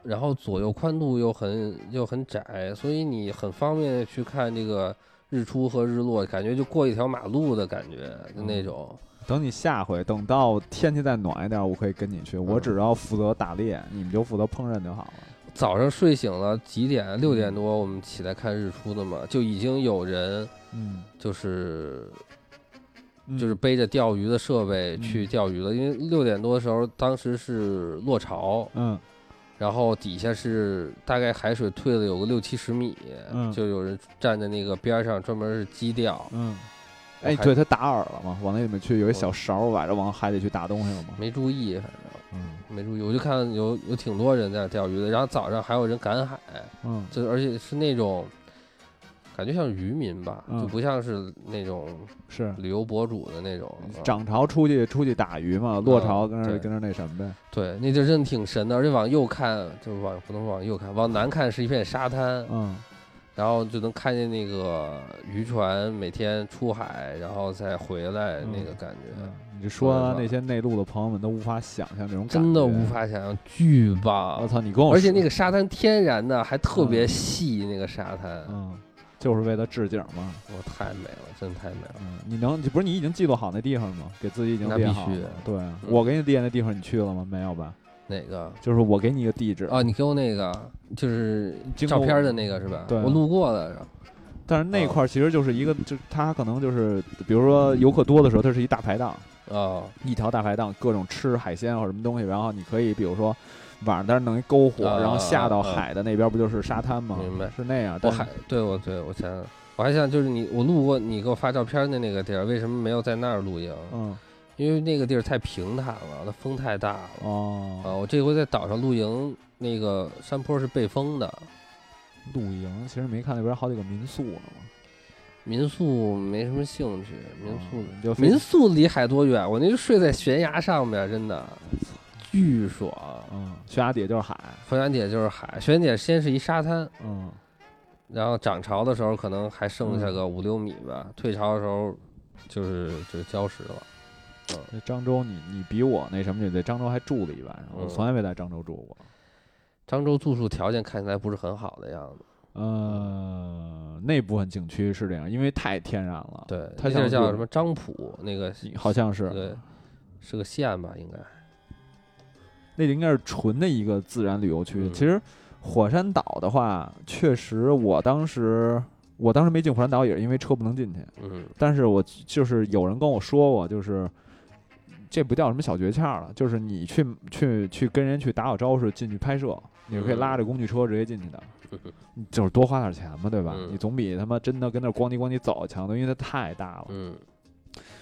[SPEAKER 2] 然后左右宽度又很又很窄，所以你很方便去看这个日出和日落，感觉就过一条马路的感觉就
[SPEAKER 1] 嗯
[SPEAKER 2] 那种。
[SPEAKER 1] 等你下回等到天气再暖一点，我可以跟你去，我
[SPEAKER 2] 嗯
[SPEAKER 1] 只要负责打猎，你们就负责烹饪就好了。
[SPEAKER 2] 早上睡醒了几点？六点多我们起来看日出的嘛，就已经有人
[SPEAKER 1] 嗯，
[SPEAKER 2] 就是
[SPEAKER 1] 嗯
[SPEAKER 2] 就是背着钓鱼的设备
[SPEAKER 1] 嗯
[SPEAKER 2] 去钓鱼了，因为六点多的时候当时是落潮，
[SPEAKER 1] 嗯
[SPEAKER 2] 然后底下是大概海水退了有个六七十米，
[SPEAKER 1] 嗯
[SPEAKER 2] 呃就有人站在那个边儿上专门是矶钓，
[SPEAKER 1] 嗯，哎，
[SPEAKER 2] 还
[SPEAKER 1] 对他打饵了吗？往那里面去有一
[SPEAKER 2] 我
[SPEAKER 1] 小勺儿，晚上往海里去打东西了吗？
[SPEAKER 2] 没注意，反正
[SPEAKER 1] 嗯
[SPEAKER 2] 没注意，我就看有有挺多人在那钓鱼的，然后早上还有人赶海，
[SPEAKER 1] 嗯
[SPEAKER 2] 就而且是那种感觉像渔民吧，
[SPEAKER 1] 嗯
[SPEAKER 2] 就不像是那种
[SPEAKER 1] 是
[SPEAKER 2] 旅游博主的那种。啊
[SPEAKER 1] 涨潮出去出去打鱼嘛，落
[SPEAKER 2] 嗯
[SPEAKER 1] 潮跟那儿
[SPEAKER 2] 对
[SPEAKER 1] 跟那儿那什么呗。
[SPEAKER 2] 对，那地儿真的挺神的，而且往右看就是往不能往右看，往南看是一片沙滩，
[SPEAKER 1] 嗯
[SPEAKER 2] 然后就能看见那个渔船每天出海，然后再回来
[SPEAKER 1] 嗯
[SPEAKER 2] 那个感觉，
[SPEAKER 1] 嗯，你就说
[SPEAKER 2] 吧
[SPEAKER 1] 那些内陆的朋友们都无法想象这种感觉，
[SPEAKER 2] 真的无。法想象，巨棒
[SPEAKER 1] 我！操，你跟我，
[SPEAKER 2] 而且那
[SPEAKER 1] 个，
[SPEAKER 2] 个沙滩天然的，还特别细，那个沙滩，
[SPEAKER 1] 嗯，就是为了置景嘛。
[SPEAKER 2] 我太美了，真太美了。
[SPEAKER 1] 嗯，你能，你不是你已经记录好那地方了吗？给自己已经
[SPEAKER 2] 那
[SPEAKER 1] 列
[SPEAKER 2] 必
[SPEAKER 1] 好
[SPEAKER 2] 须嗯
[SPEAKER 1] 了。对，我给你列那地方，你去了吗？没有吧？
[SPEAKER 2] 哪个？
[SPEAKER 1] 就是我给你一个地址，
[SPEAKER 2] 啊，你给我那个就是
[SPEAKER 1] 经
[SPEAKER 2] 照
[SPEAKER 1] 过
[SPEAKER 2] 片的那个是吧？
[SPEAKER 1] 对啊
[SPEAKER 2] 我路过的，
[SPEAKER 1] 但是那块儿其实就是一个，就是它可能就是，比如说游客多的时候，它是一大排档，
[SPEAKER 2] 啊，
[SPEAKER 1] 一条大排档，各种吃海鲜或者什么东西，然后你可以比如说晚上在那儿弄一篝火，
[SPEAKER 2] 啊
[SPEAKER 1] 然后下到
[SPEAKER 2] 啊啊
[SPEAKER 1] 海的那边不就是沙滩吗？
[SPEAKER 2] 明白
[SPEAKER 1] 是那样。
[SPEAKER 2] 我
[SPEAKER 1] 但是
[SPEAKER 2] 还对我对我想想，我还想就是你我路过你给我发照片的那个地儿，为什么没有在那儿露营？
[SPEAKER 1] 嗯
[SPEAKER 2] 因为那个地儿太平坦了，它风太大了啊。
[SPEAKER 1] 哦，
[SPEAKER 2] 我这回在岛上露营，那个山坡是背风的，
[SPEAKER 1] 露营其实没看那边好几个民宿呢吗？
[SPEAKER 2] 民宿没什么兴趣，民
[SPEAKER 1] 啊
[SPEAKER 2] 宿。
[SPEAKER 1] 你就非
[SPEAKER 2] 民宿离海多远？我那就睡在悬崖上面，真的巨爽。
[SPEAKER 1] 嗯，悬崖底下就是海，
[SPEAKER 2] 冯小姐就是海，悬姐先是一沙滩，
[SPEAKER 1] 嗯
[SPEAKER 2] 然后涨潮的时候可能还剩下个五六米吧，退潮的时候就是就是礁石了。
[SPEAKER 1] 那漳州你你比我那什么，你在漳州还住了一晚上，我
[SPEAKER 2] 嗯
[SPEAKER 1] 从来没在漳州住过。
[SPEAKER 2] 漳州住宿条件看起来不是很好的样子，
[SPEAKER 1] 呃，那部分景区是这样，因为太天然了。
[SPEAKER 2] 对，
[SPEAKER 1] 他
[SPEAKER 2] 那地
[SPEAKER 1] 想
[SPEAKER 2] 儿叫
[SPEAKER 1] 住
[SPEAKER 2] 什么漳浦，那个
[SPEAKER 1] 你，好像是
[SPEAKER 2] 对，是个县吧，应该。
[SPEAKER 1] 那应该是纯的一个自然旅游区。
[SPEAKER 2] 嗯
[SPEAKER 1] 其实火山岛的话，确实我当时我当时没进火山岛，也是因为车不能进去。
[SPEAKER 2] 嗯，
[SPEAKER 1] 但是我就是有人跟我说过，就是这不叫什么小诀窍了，就是你去去去跟人去打好招呼进去拍摄，你是可以拉着工具车直接进去的。就是多花点钱嘛，对吧？
[SPEAKER 2] 嗯
[SPEAKER 1] 你总比他妈真的跟那儿咣叽咣叽走强多，因为它太大了。
[SPEAKER 2] 嗯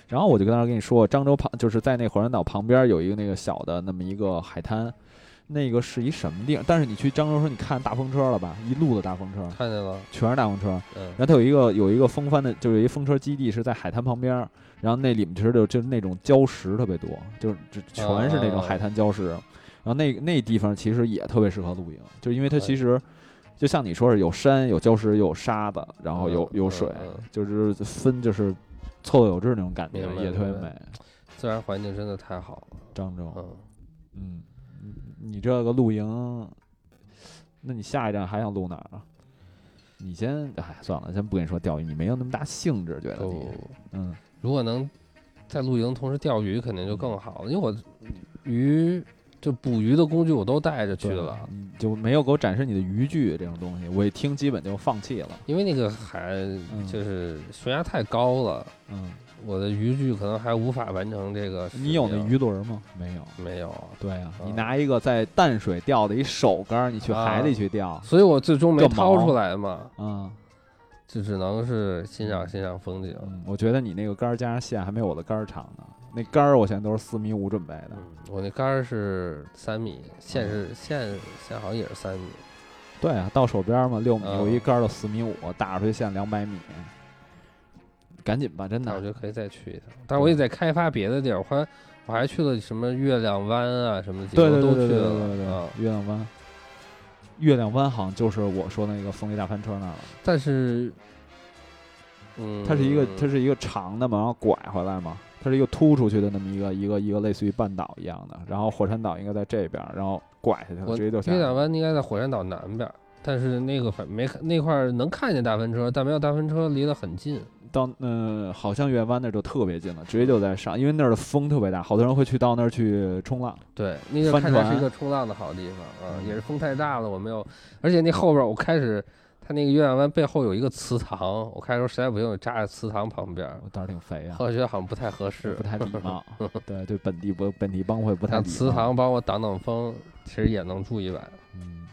[SPEAKER 1] 然后我就跟他跟你说，漳州旁就是在那火山岛旁边有一个那个小的那么一个海滩，那个是一什么地儿？但是你去漳州的时候，你看大风车了吧？一路的大风车，
[SPEAKER 2] 看见了，
[SPEAKER 1] 全是大风车。
[SPEAKER 2] 嗯
[SPEAKER 1] 然后它有一个有一个风帆的，就是有一风车基地是在海滩旁边儿，然后那里面其实就就是那种礁石特别多，就是就全是那种
[SPEAKER 2] 啊
[SPEAKER 1] 海滩礁石。然后那那地方其实也特别适合露营，就是因为它其
[SPEAKER 2] 哎
[SPEAKER 1] 实就像你说是有山有礁石有沙子，然后有
[SPEAKER 2] 嗯
[SPEAKER 1] 有
[SPEAKER 2] 嗯
[SPEAKER 1] 水，
[SPEAKER 2] 嗯
[SPEAKER 1] 就是分就是凑合有致那种感觉，
[SPEAKER 2] 明白
[SPEAKER 1] 也特别
[SPEAKER 2] 明白
[SPEAKER 1] 美。
[SPEAKER 2] 自然环境真的太好了，
[SPEAKER 1] 漳州，
[SPEAKER 2] 嗯，
[SPEAKER 1] 嗯，你你这个露营，那你下一站还想露哪儿啊？你先，哎，算了，先不跟你说钓鱼，你没有那么大兴致，觉得你
[SPEAKER 2] 不。
[SPEAKER 1] 嗯，
[SPEAKER 2] 如果能在露营同时钓鱼，肯定就更好了，因为我鱼就捕鱼的工具我都带着去
[SPEAKER 1] 对
[SPEAKER 2] 了，，
[SPEAKER 1] 你就没有给我展示你的渔具这种东西，我一听基本就放弃了。
[SPEAKER 2] 因为那个海
[SPEAKER 1] 嗯
[SPEAKER 2] 就是悬崖太高了，
[SPEAKER 1] 嗯，
[SPEAKER 2] 我的渔具可能还无法完成这个。
[SPEAKER 1] 你有那鱼？轮吗？没有。
[SPEAKER 2] 没有，
[SPEAKER 1] 对啊，你
[SPEAKER 2] 啊
[SPEAKER 1] 拿一个在淡水钓的一手竿儿，你去海里去钓，
[SPEAKER 2] 所以我最终没
[SPEAKER 1] 这
[SPEAKER 2] 掏
[SPEAKER 1] 毛
[SPEAKER 2] 出来嘛，
[SPEAKER 1] 嗯
[SPEAKER 2] 就只能是欣赏欣赏风景。
[SPEAKER 1] 嗯，我觉得你那个杆儿加上线还没有我的杆儿长呢。那杆儿我现在都是四米五准备的。
[SPEAKER 2] 嗯，我那杆儿是三米，线是线线好像也是三米，
[SPEAKER 1] 对啊，到手边儿嘛，六米
[SPEAKER 2] 啊
[SPEAKER 1] 有一杆儿到四米五，打出去线两百米，赶紧吧，真
[SPEAKER 2] 那我觉
[SPEAKER 1] 的。
[SPEAKER 2] 得可以再去一趟。但是我也在开发别的地儿，我还我还去了什么月亮湾啊什么的地
[SPEAKER 1] 对
[SPEAKER 2] 方
[SPEAKER 1] 对
[SPEAKER 2] 都
[SPEAKER 1] 对
[SPEAKER 2] 去
[SPEAKER 1] 对对
[SPEAKER 2] 了
[SPEAKER 1] 对对
[SPEAKER 2] 啊。
[SPEAKER 1] 对，月亮湾，月亮湾好像就是我说那个风力大翻车那儿了。
[SPEAKER 2] 但是，嗯，
[SPEAKER 1] 它是一个它是一个长的嘛，然后拐回来嘛，它是一个突出去的那么一个一个一个类似于半岛一样的，然后火山岛应该在这边儿，然后拐下去了，
[SPEAKER 2] 我
[SPEAKER 1] 直接就下
[SPEAKER 2] 月
[SPEAKER 1] 来
[SPEAKER 2] 亮
[SPEAKER 1] 了。
[SPEAKER 2] 湾应该在火山岛南边儿，但是那个反没看那块儿能看见大风车，但没有大风车离得很近。
[SPEAKER 1] 到嗯、呃，好像月湾那儿就特别近了，直接就在上，因为那儿的风特别大，好多人会去到那儿去冲浪。
[SPEAKER 2] 对，那个
[SPEAKER 1] 帆
[SPEAKER 2] 看起来是一
[SPEAKER 1] 船
[SPEAKER 2] 个冲浪的好地方啊，
[SPEAKER 1] 嗯
[SPEAKER 2] 也是风太大了，我没有，而且那后边儿我开始，它那个月亮湾背后有一个祠堂，我开始说实在不行我扎在祠堂旁边儿，
[SPEAKER 1] 我倒是挺肥啊
[SPEAKER 2] 后，来觉得好像不太合适
[SPEAKER 1] 不，太礼 貌，啊对对，本地不本地帮会不太啊
[SPEAKER 2] 让
[SPEAKER 1] 礼貌。
[SPEAKER 2] 祠堂帮我挡挡风，其实也能住一晚。
[SPEAKER 1] 嗯，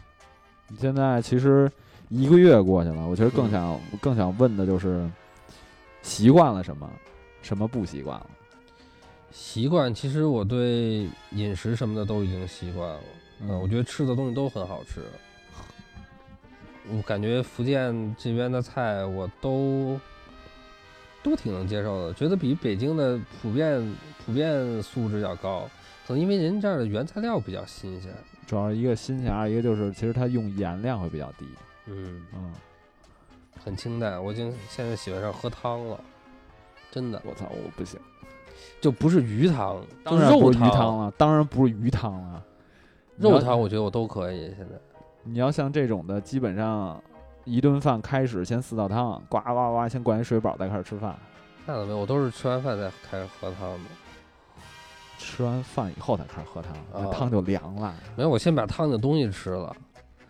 [SPEAKER 1] 现在其实一个月过去了，我其实更
[SPEAKER 2] 嗯
[SPEAKER 1] 想、更想问的就是，习惯了什么，什么不习惯了。
[SPEAKER 2] 习惯，其实我对饮食什么的都已经习惯了。嗯，我觉得吃的东西都很好吃。我感觉福建这边的菜我都都挺能接受的，觉得比北京的普遍普遍素质要高。可能因为人这儿的原材料比较新鲜。
[SPEAKER 1] 主要是一个新鲜，二一个就是其实它用盐量会比较低。
[SPEAKER 2] 嗯，
[SPEAKER 1] 嗯，
[SPEAKER 2] 很清淡。我已经现在喜欢上喝汤了，真的
[SPEAKER 1] 我操，我不行，
[SPEAKER 2] 就不是鱼汤，就
[SPEAKER 1] 当然不
[SPEAKER 2] 肉
[SPEAKER 1] 是鱼汤了，当然不是鱼汤了。你
[SPEAKER 2] 肉
[SPEAKER 1] 要
[SPEAKER 2] 汤我觉得我都可以。现在
[SPEAKER 1] 你要像这种的，基本上一顿饭开始先四道汤，呱呱呱，先灌一水饱，再开始吃饭。
[SPEAKER 2] 那倒没有，我都是吃完饭再开始喝汤的。
[SPEAKER 1] 吃完饭以后才开始喝汤，那
[SPEAKER 2] 啊
[SPEAKER 1] 汤就凉了。
[SPEAKER 2] 没有，我先把汤里的东西吃了，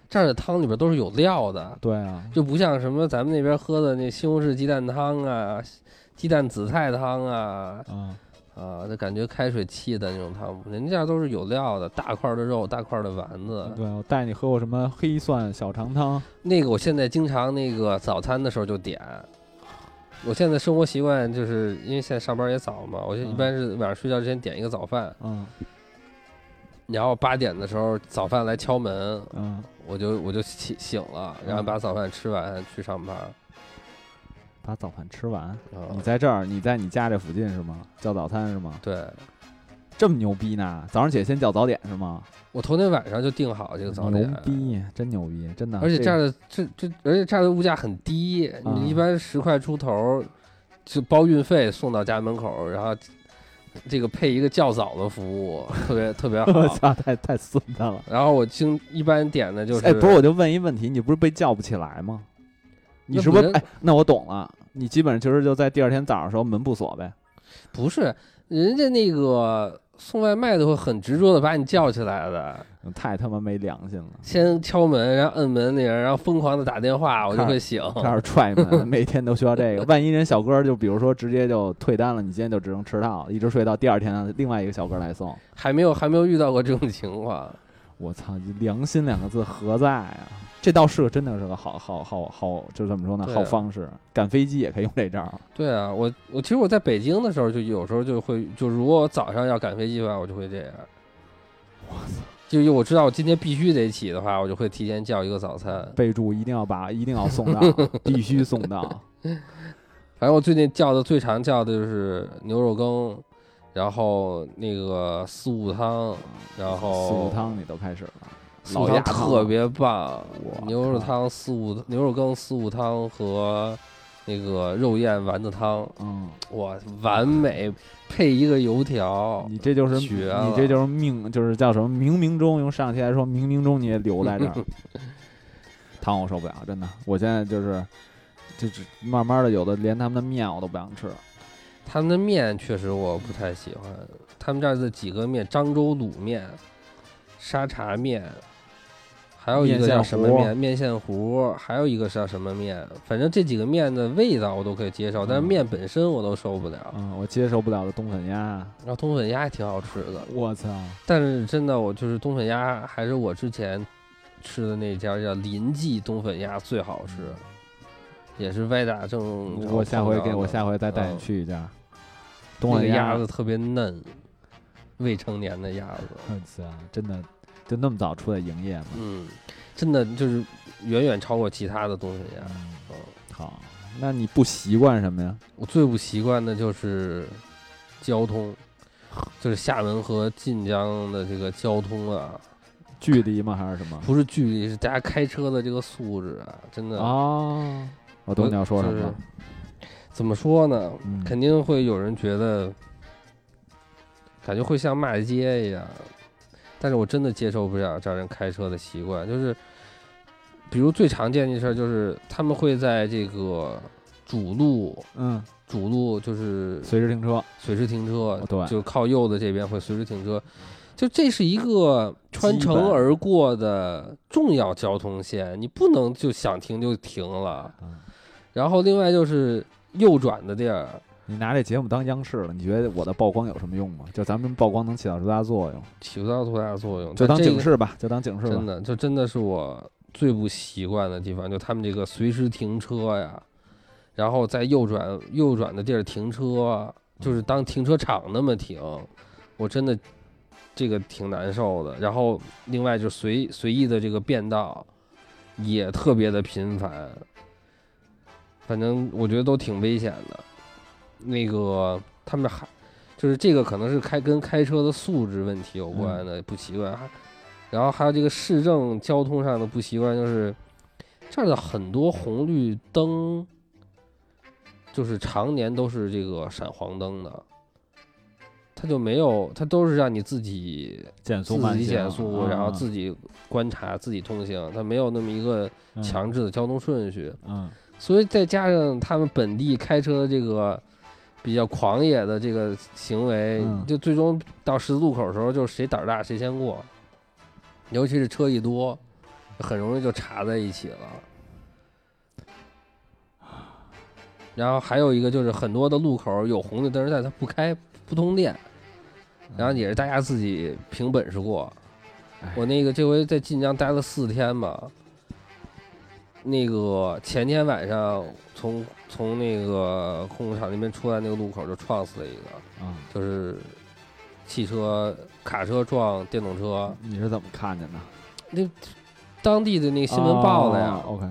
[SPEAKER 2] 这样的汤里边都是有料的，
[SPEAKER 1] 对啊，
[SPEAKER 2] 就不像什么咱们那边喝的那西红柿鸡蛋汤啊、鸡蛋紫菜汤啊
[SPEAKER 1] 啊，
[SPEAKER 2] 啊，就感觉开水沏的那种汤，人家都是有料的，大块的肉、大块的丸子。
[SPEAKER 1] 对，我带你喝过什么黑蒜小肠汤？
[SPEAKER 2] 那个我现在经常那个早餐的时候就点。我现在生活习惯就是因为现在上班也早嘛，我就一般是晚上睡觉之前点一个早饭，
[SPEAKER 1] 嗯
[SPEAKER 2] 然后八点的时候早饭来敲门，
[SPEAKER 1] 嗯，
[SPEAKER 2] 我就我就醒醒了，然后把早饭吃完去上班。
[SPEAKER 1] 把早饭吃完。
[SPEAKER 2] 啊
[SPEAKER 1] 你在这儿，你在你家这附近是吗？叫早餐是吗？
[SPEAKER 2] 对
[SPEAKER 1] 这么牛逼呢？早上起来先叫早点是吗？
[SPEAKER 2] 我头天晚上就订好这个早点
[SPEAKER 1] 牛，逼，真牛逼，真的。
[SPEAKER 2] 而且
[SPEAKER 1] 这
[SPEAKER 2] 这样的这这而且这样的物价很低，
[SPEAKER 1] 啊
[SPEAKER 2] 你一般十块出头就包运费送到家门口，然后这个配一个较早的服务，特别特别
[SPEAKER 1] 我
[SPEAKER 2] 好。
[SPEAKER 1] 操，太太孙子了。
[SPEAKER 2] 然后我经一般点的就是，
[SPEAKER 1] 哎，不是，我就问一问题，你不是被叫不起来吗？你
[SPEAKER 2] 那
[SPEAKER 1] 是不是？
[SPEAKER 2] 人
[SPEAKER 1] 哎，那我懂了，你基本上就是就在第二天早上的时候门不锁呗。
[SPEAKER 2] 不是人家那个送外卖的会很执着的把你叫起来的，
[SPEAKER 1] 嗯太他妈没良心了，
[SPEAKER 2] 先敲门，然后摁门铃，然后疯狂的打电话，我就会醒。
[SPEAKER 1] 开始踹门，每天都需要这个。万一人小哥就比如说直接就退单了，你今天就只能迟到，一直睡到第二天，另外一个小哥来送。
[SPEAKER 2] 还没有还没有遇到过这种情况。
[SPEAKER 1] 我操，良心两个字何在啊？这倒是个真的是个好好好好，就怎么说呢？
[SPEAKER 2] 对啊
[SPEAKER 1] 好方式，赶飞机也可以用这招儿。
[SPEAKER 2] 对啊，我我其实我在北京的时候，就有时候就会，就如果我早上要赶飞机的话，我就会这样。
[SPEAKER 1] 我
[SPEAKER 2] 操！就我知道我今天必须得起的话，我就会提前叫一个早餐。
[SPEAKER 1] 备注一定要把，一定要送到，必须送到。
[SPEAKER 2] 反正我最近叫的最常叫的就是牛肉羹，然后那个四物汤， 然后
[SPEAKER 1] 四物汤你都开始了，
[SPEAKER 2] 四物
[SPEAKER 1] 老鸭
[SPEAKER 2] 汤
[SPEAKER 1] 汤
[SPEAKER 2] 特别棒
[SPEAKER 1] 我，靠
[SPEAKER 2] 牛肉汤四物牛肉羹四物汤和那个肉燕丸子汤，
[SPEAKER 1] 嗯，
[SPEAKER 2] 哇，完美配一个油条。
[SPEAKER 1] 你这就是
[SPEAKER 2] 绝
[SPEAKER 1] 你
[SPEAKER 2] 哦了
[SPEAKER 1] 这就是命，就是叫什么冥冥中，用上期来说，冥冥中你也留在这 儿。汤我受不了，真的，我现在就是，就是慢慢的，有的连他们的面我都不想吃。
[SPEAKER 2] 他们的面确实我不太喜欢，他们这儿的几个面，漳州卤面、沙茶面，还有一
[SPEAKER 1] 面
[SPEAKER 2] 个
[SPEAKER 1] 线
[SPEAKER 2] 叫什么
[SPEAKER 1] 糊
[SPEAKER 2] 面？面线糊，还有一个是叫什么面？反正这几个面的味道我都可以接受，但是
[SPEAKER 1] 嗯
[SPEAKER 2] 面本身我都受不了。
[SPEAKER 1] 嗯，我接受不了的冬粉鸭，
[SPEAKER 2] 然后冬粉鸭也挺好吃的，
[SPEAKER 1] 我操，
[SPEAKER 2] 但是真的我就是冬粉鸭还是我之前吃的那家叫林记冬粉鸭最好吃，也是歪打正着
[SPEAKER 1] 我下回给
[SPEAKER 2] 碰到
[SPEAKER 1] 我
[SPEAKER 2] 的
[SPEAKER 1] 下回再带你
[SPEAKER 2] 嗯
[SPEAKER 1] 去一家。冬
[SPEAKER 2] 那个
[SPEAKER 1] 粉
[SPEAKER 2] 鸭
[SPEAKER 1] 鸭
[SPEAKER 2] 子特别嫩，未成年的鸭子，
[SPEAKER 1] 我操，真的就那么早出来营业吗？
[SPEAKER 2] 嗯，真的就是远远超过其他的东西鸭。
[SPEAKER 1] 嗯
[SPEAKER 2] 嗯，
[SPEAKER 1] 好，那你不习惯什么呀？
[SPEAKER 2] 我最不习惯的就是交通，就是厦门和晋江的这个交通啊，
[SPEAKER 1] 距离吗？还是什么？
[SPEAKER 2] 不是距离，是大家开车的这个素质啊，真的
[SPEAKER 1] 哦，我懂你要说什么
[SPEAKER 2] 就是
[SPEAKER 1] 了。
[SPEAKER 2] 怎么说呢？
[SPEAKER 1] 嗯
[SPEAKER 2] 肯定会有人觉得，感觉会像骂街一样。但是我真的接受不了这样人开车的习惯，就是，比如最常见的事儿就是他们会在这个主路，
[SPEAKER 1] 嗯，
[SPEAKER 2] 主路就是
[SPEAKER 1] 随时停车，
[SPEAKER 2] 随时停车，
[SPEAKER 1] 哦对
[SPEAKER 2] 就靠右的这边会随时停车，就这是一个穿
[SPEAKER 1] 基本
[SPEAKER 2] 城而过的重要交通线，你不能就想停就停了。
[SPEAKER 1] 嗯
[SPEAKER 2] 然后另外就是右转的地儿，
[SPEAKER 1] 你拿这节目当央视了，你觉得我的曝光有什么用吗？就咱们曝光能起到多大作用？
[SPEAKER 2] 起不到多大作用，
[SPEAKER 1] 就当
[SPEAKER 2] 但这
[SPEAKER 1] 警
[SPEAKER 2] 个
[SPEAKER 1] 示吧，就当警示吧
[SPEAKER 2] 真。的，这真的是我最不习惯的地方，就他们这个随时停车呀，然后在右转右转的地儿停车，就是当停车场那么停，我真的这个挺难受的。然后另外就随随意的这个变道也特别的频繁，反正我觉得都挺危险的。那个他们还就是这个可能是开跟开车的素质问题有关的、不习惯，还然后还有这个市政交通上的不习惯，就是这儿的很多红绿灯就是常年都是这个闪黄灯的。它就没有，它都是让你自己
[SPEAKER 1] 减
[SPEAKER 2] 自己
[SPEAKER 1] 啊
[SPEAKER 2] 减速，然后自己观察、自己通行，它没有那么一个强制的交通顺序。
[SPEAKER 1] 嗯
[SPEAKER 2] 所以再加上他们本地开车的这个比较狂野的这个行为，
[SPEAKER 1] 嗯
[SPEAKER 2] 就最终到十字路口的时候，就是谁胆儿大谁先过，尤其是车一多，很容易就查在一起了。然后还有一个就是很多的路口有红绿灯，但它不开不通电，然后也是大家自己凭本事过
[SPEAKER 1] 嗯哎。
[SPEAKER 2] 我那个这回在晋江待了四天吧，那个前天晚上从从那个控制场那边出来那个路口就撞死了一个，
[SPEAKER 1] 啊，
[SPEAKER 2] 就是汽车卡车撞电动车，
[SPEAKER 1] 你是怎么看见的？
[SPEAKER 2] 当地的那个新闻报的呀。
[SPEAKER 1] 哦 OK，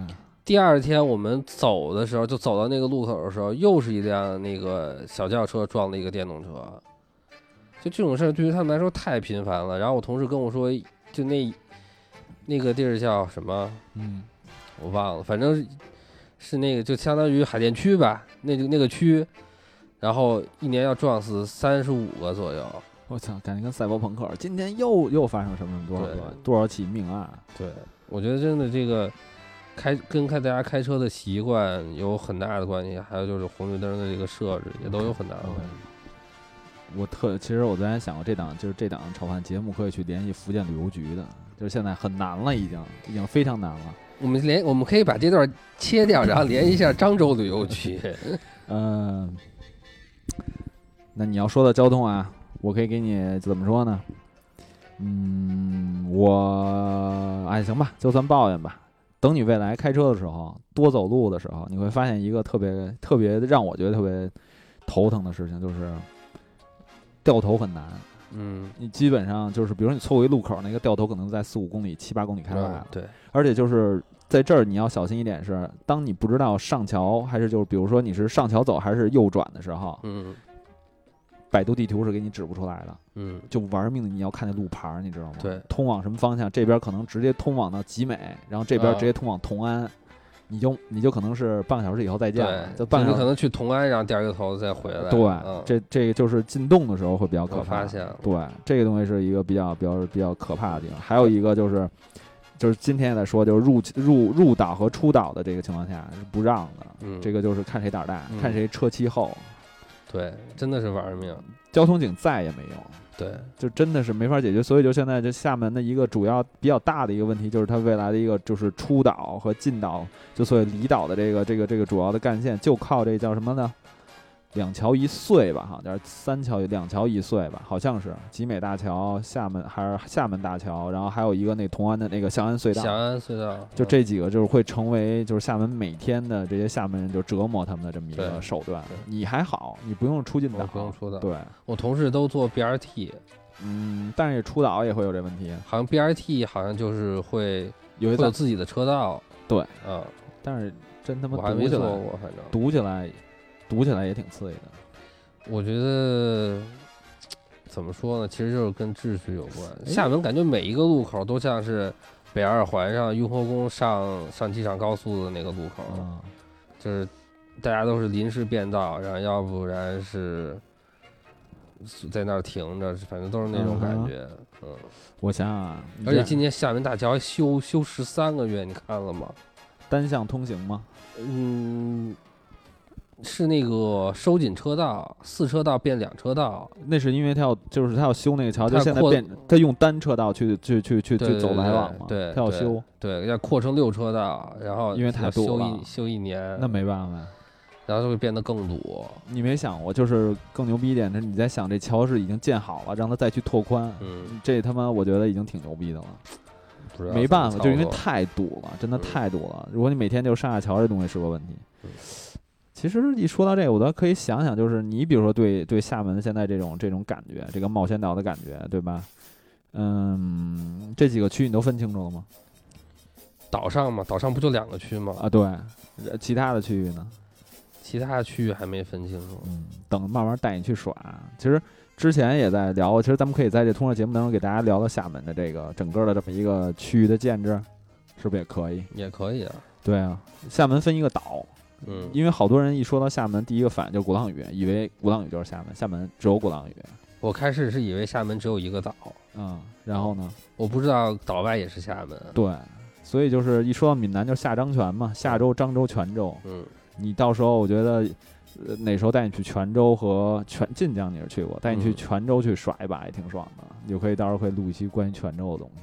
[SPEAKER 2] 第二天我们走的时候，就走到那个路口的时候，又是一辆那个小轿车撞了一个电动车。就这种事儿对于他们来说太频繁了。然后我同事跟我说，就那那个地儿叫什么，
[SPEAKER 1] 嗯，
[SPEAKER 2] 我忘了，反正是是那个就相当于海淀区吧，那就那个区，然后一年要撞死三十五个左右。
[SPEAKER 1] 我操，感觉跟赛博朋克。今天又又发生什么多少
[SPEAKER 2] 对
[SPEAKER 1] 个多少起命案？
[SPEAKER 2] 对，我觉得真的这个开跟开大家开车的习惯有很大的关系，还有就是红绿灯的这个设置也都有很大的关系。
[SPEAKER 1] 我特其实我昨天想过，这档就是这档炒饭节目可以去联系福建旅游局的，就是现在很难了，已经已经非常难了。
[SPEAKER 2] 我们连我们可以把这段切掉，然后联系一下漳州旅游 局。
[SPEAKER 1] 嗯，那你要说到交通啊，我可以给你怎么说呢？嗯，我哎行吧，就算抱怨吧。等你未来开车的时候，多走路的时候，你会发现一个特别特别让我觉得特别头疼的事情，就是掉头很难。
[SPEAKER 2] 嗯，
[SPEAKER 1] 你基本上就是，比如你错过一路口，那个掉头可能在四五公里、七八公里开外了
[SPEAKER 2] 嗯。对，
[SPEAKER 1] 而且就是在这儿你要小心一点是，当你不知道上桥还是就是，比如说你是上桥走还是右转的时候，
[SPEAKER 2] 嗯
[SPEAKER 1] 百度地图是给你指不出来的，
[SPEAKER 2] 嗯，
[SPEAKER 1] 就玩命的你要看那路牌儿，你知道吗？
[SPEAKER 2] 对，
[SPEAKER 1] 通往什么方向？这边可能直接通往到集美，然后这边
[SPEAKER 2] 啊
[SPEAKER 1] 直接通往同安，你就你就可能是半个小时以后再见了，就
[SPEAKER 2] 对，
[SPEAKER 1] 半
[SPEAKER 2] 就
[SPEAKER 1] 个小
[SPEAKER 2] 你可
[SPEAKER 1] 时。
[SPEAKER 2] 能去同安，然后掉一个头再回来。
[SPEAKER 1] 对，
[SPEAKER 2] 嗯、
[SPEAKER 1] 这这个就是进洞的时候会比较可
[SPEAKER 2] 我
[SPEAKER 1] 怕
[SPEAKER 2] 发。现了。
[SPEAKER 1] 对，这个东西是一个比较比较比较可怕的地方。还有一个就是，就是今天也在说，就是入入入岛和出岛的这个情况下是不让的。
[SPEAKER 2] 嗯，
[SPEAKER 1] 这个就是看谁胆儿大，
[SPEAKER 2] 嗯
[SPEAKER 1] 看谁车漆厚。
[SPEAKER 2] 对，真的是玩命。
[SPEAKER 1] 交通警再也没有，
[SPEAKER 2] 对，
[SPEAKER 1] 就真的是没法解决。所以就现在这厦门的一个主要比较大的一个问题，就是它未来的一个就是出岛和进岛，就所谓离岛的这个这个这个主要的干线，就靠这叫什么呢？两桥一隧吧，好像是三桥两桥一隧吧，好像是集美大桥、厦门还是厦门大桥，然后还有一个那同安的那个翔安隧
[SPEAKER 2] 翔
[SPEAKER 1] 道，
[SPEAKER 2] 安隧道
[SPEAKER 1] 就。这几个就是会成为就是厦门每天的这些厦门人就折磨他们的这么一个
[SPEAKER 2] 对
[SPEAKER 1] 手段
[SPEAKER 2] 对。
[SPEAKER 1] 你还好，你不用出进
[SPEAKER 2] 我
[SPEAKER 1] 岛，
[SPEAKER 2] 嗯不用出岛
[SPEAKER 1] 对，
[SPEAKER 2] 我同事都坐 BRT，
[SPEAKER 1] 嗯，但是出岛也会有这问题，
[SPEAKER 2] 好像 BRT 好像就是会
[SPEAKER 1] 有一
[SPEAKER 2] 会
[SPEAKER 1] 次
[SPEAKER 2] 有自己的车道。
[SPEAKER 1] 对，
[SPEAKER 2] 嗯，
[SPEAKER 1] 但是真他妈
[SPEAKER 2] 我还
[SPEAKER 1] 堵
[SPEAKER 2] 没
[SPEAKER 1] 起
[SPEAKER 2] 坐
[SPEAKER 1] 来，
[SPEAKER 2] 过，反正
[SPEAKER 1] 堵起来，堵起来也挺刺激的。
[SPEAKER 2] 我觉得怎么说呢，其实就是跟秩序有关。
[SPEAKER 1] 哎
[SPEAKER 2] 厦门感觉每一个路口都像是北二环上雍和宫上上机场高速的那个路口，
[SPEAKER 1] 啊，
[SPEAKER 2] 就是大家都是临时变道，然后要不然是在那儿停着，反正都是那种感觉。嗯，
[SPEAKER 1] 我想想啊，你
[SPEAKER 2] 而且
[SPEAKER 1] 这
[SPEAKER 2] 今年厦门大桥修修十三个月，你看了吗？
[SPEAKER 1] 单向通行吗？
[SPEAKER 2] 嗯，是那个收紧车道，四车道变两车道。
[SPEAKER 1] 那是因为他要，就是他要修那个桥，
[SPEAKER 2] 他
[SPEAKER 1] 就现在
[SPEAKER 2] 扩
[SPEAKER 1] 变，他用单车道去去去去
[SPEAKER 2] 对
[SPEAKER 1] 去走
[SPEAKER 2] 对
[SPEAKER 1] 来
[SPEAKER 2] 对
[SPEAKER 1] 往嘛，
[SPEAKER 2] 对
[SPEAKER 1] 他要
[SPEAKER 2] 对
[SPEAKER 1] 修，
[SPEAKER 2] 对，要扩成六车道，然后
[SPEAKER 1] 因为太
[SPEAKER 2] 要
[SPEAKER 1] 堵
[SPEAKER 2] 修
[SPEAKER 1] 了
[SPEAKER 2] 一修一年，
[SPEAKER 1] 那没办法。
[SPEAKER 2] 然后就会变得更堵。
[SPEAKER 1] 你没想过，就是更牛逼一点，是你在想这桥是已经建好了，让它再去拓宽，
[SPEAKER 2] 嗯，
[SPEAKER 1] 这他妈我觉得已经挺牛逼的了。
[SPEAKER 2] 不知道
[SPEAKER 1] 没
[SPEAKER 2] 怎么
[SPEAKER 1] 办法，
[SPEAKER 2] 操
[SPEAKER 1] 就因为
[SPEAKER 2] 作
[SPEAKER 1] 太堵了，真的
[SPEAKER 2] 嗯
[SPEAKER 1] 太堵了。如果你每天就上下桥，这东西是个问题
[SPEAKER 2] 嗯。
[SPEAKER 1] 其实一说到这个，我倒可以想想，就是你比如说对对厦门现在这种这种感觉，这个冒险岛的感觉，对吧？嗯，这几个区你都分清楚了吗？
[SPEAKER 2] 岛上嘛，岛上不就两个区吗？
[SPEAKER 1] 啊，对，呃其他的区域呢？
[SPEAKER 2] 其他区域还没分清楚。
[SPEAKER 1] 嗯，等慢慢带你去耍。其实之前也在聊过，其实咱们可以在这通过节目当中给大家聊聊厦门的这个整个的这么一个区域的建制，是不是也可以？
[SPEAKER 2] 也可以啊，
[SPEAKER 1] 对啊，厦门分一个岛，
[SPEAKER 2] 嗯，
[SPEAKER 1] 因为好多人一说到厦门，第一个反应就是鼓浪屿，以为鼓浪屿就是厦门，厦门只有鼓浪屿。
[SPEAKER 2] 我开始是以为厦门只有一个岛，
[SPEAKER 1] 嗯，然后呢？
[SPEAKER 2] 我不知道岛外也是厦门。
[SPEAKER 1] 对，所以就是一说到闽南，就是下张泉嘛，下周、漳州、泉州。
[SPEAKER 2] 嗯，
[SPEAKER 1] 你到时候我觉得呃哪时候带你去泉州和泉晋江，你是去过，带你去
[SPEAKER 2] 嗯
[SPEAKER 1] 泉州去耍一把也挺爽的，你就可以到时候可以录一期关于泉州的东西。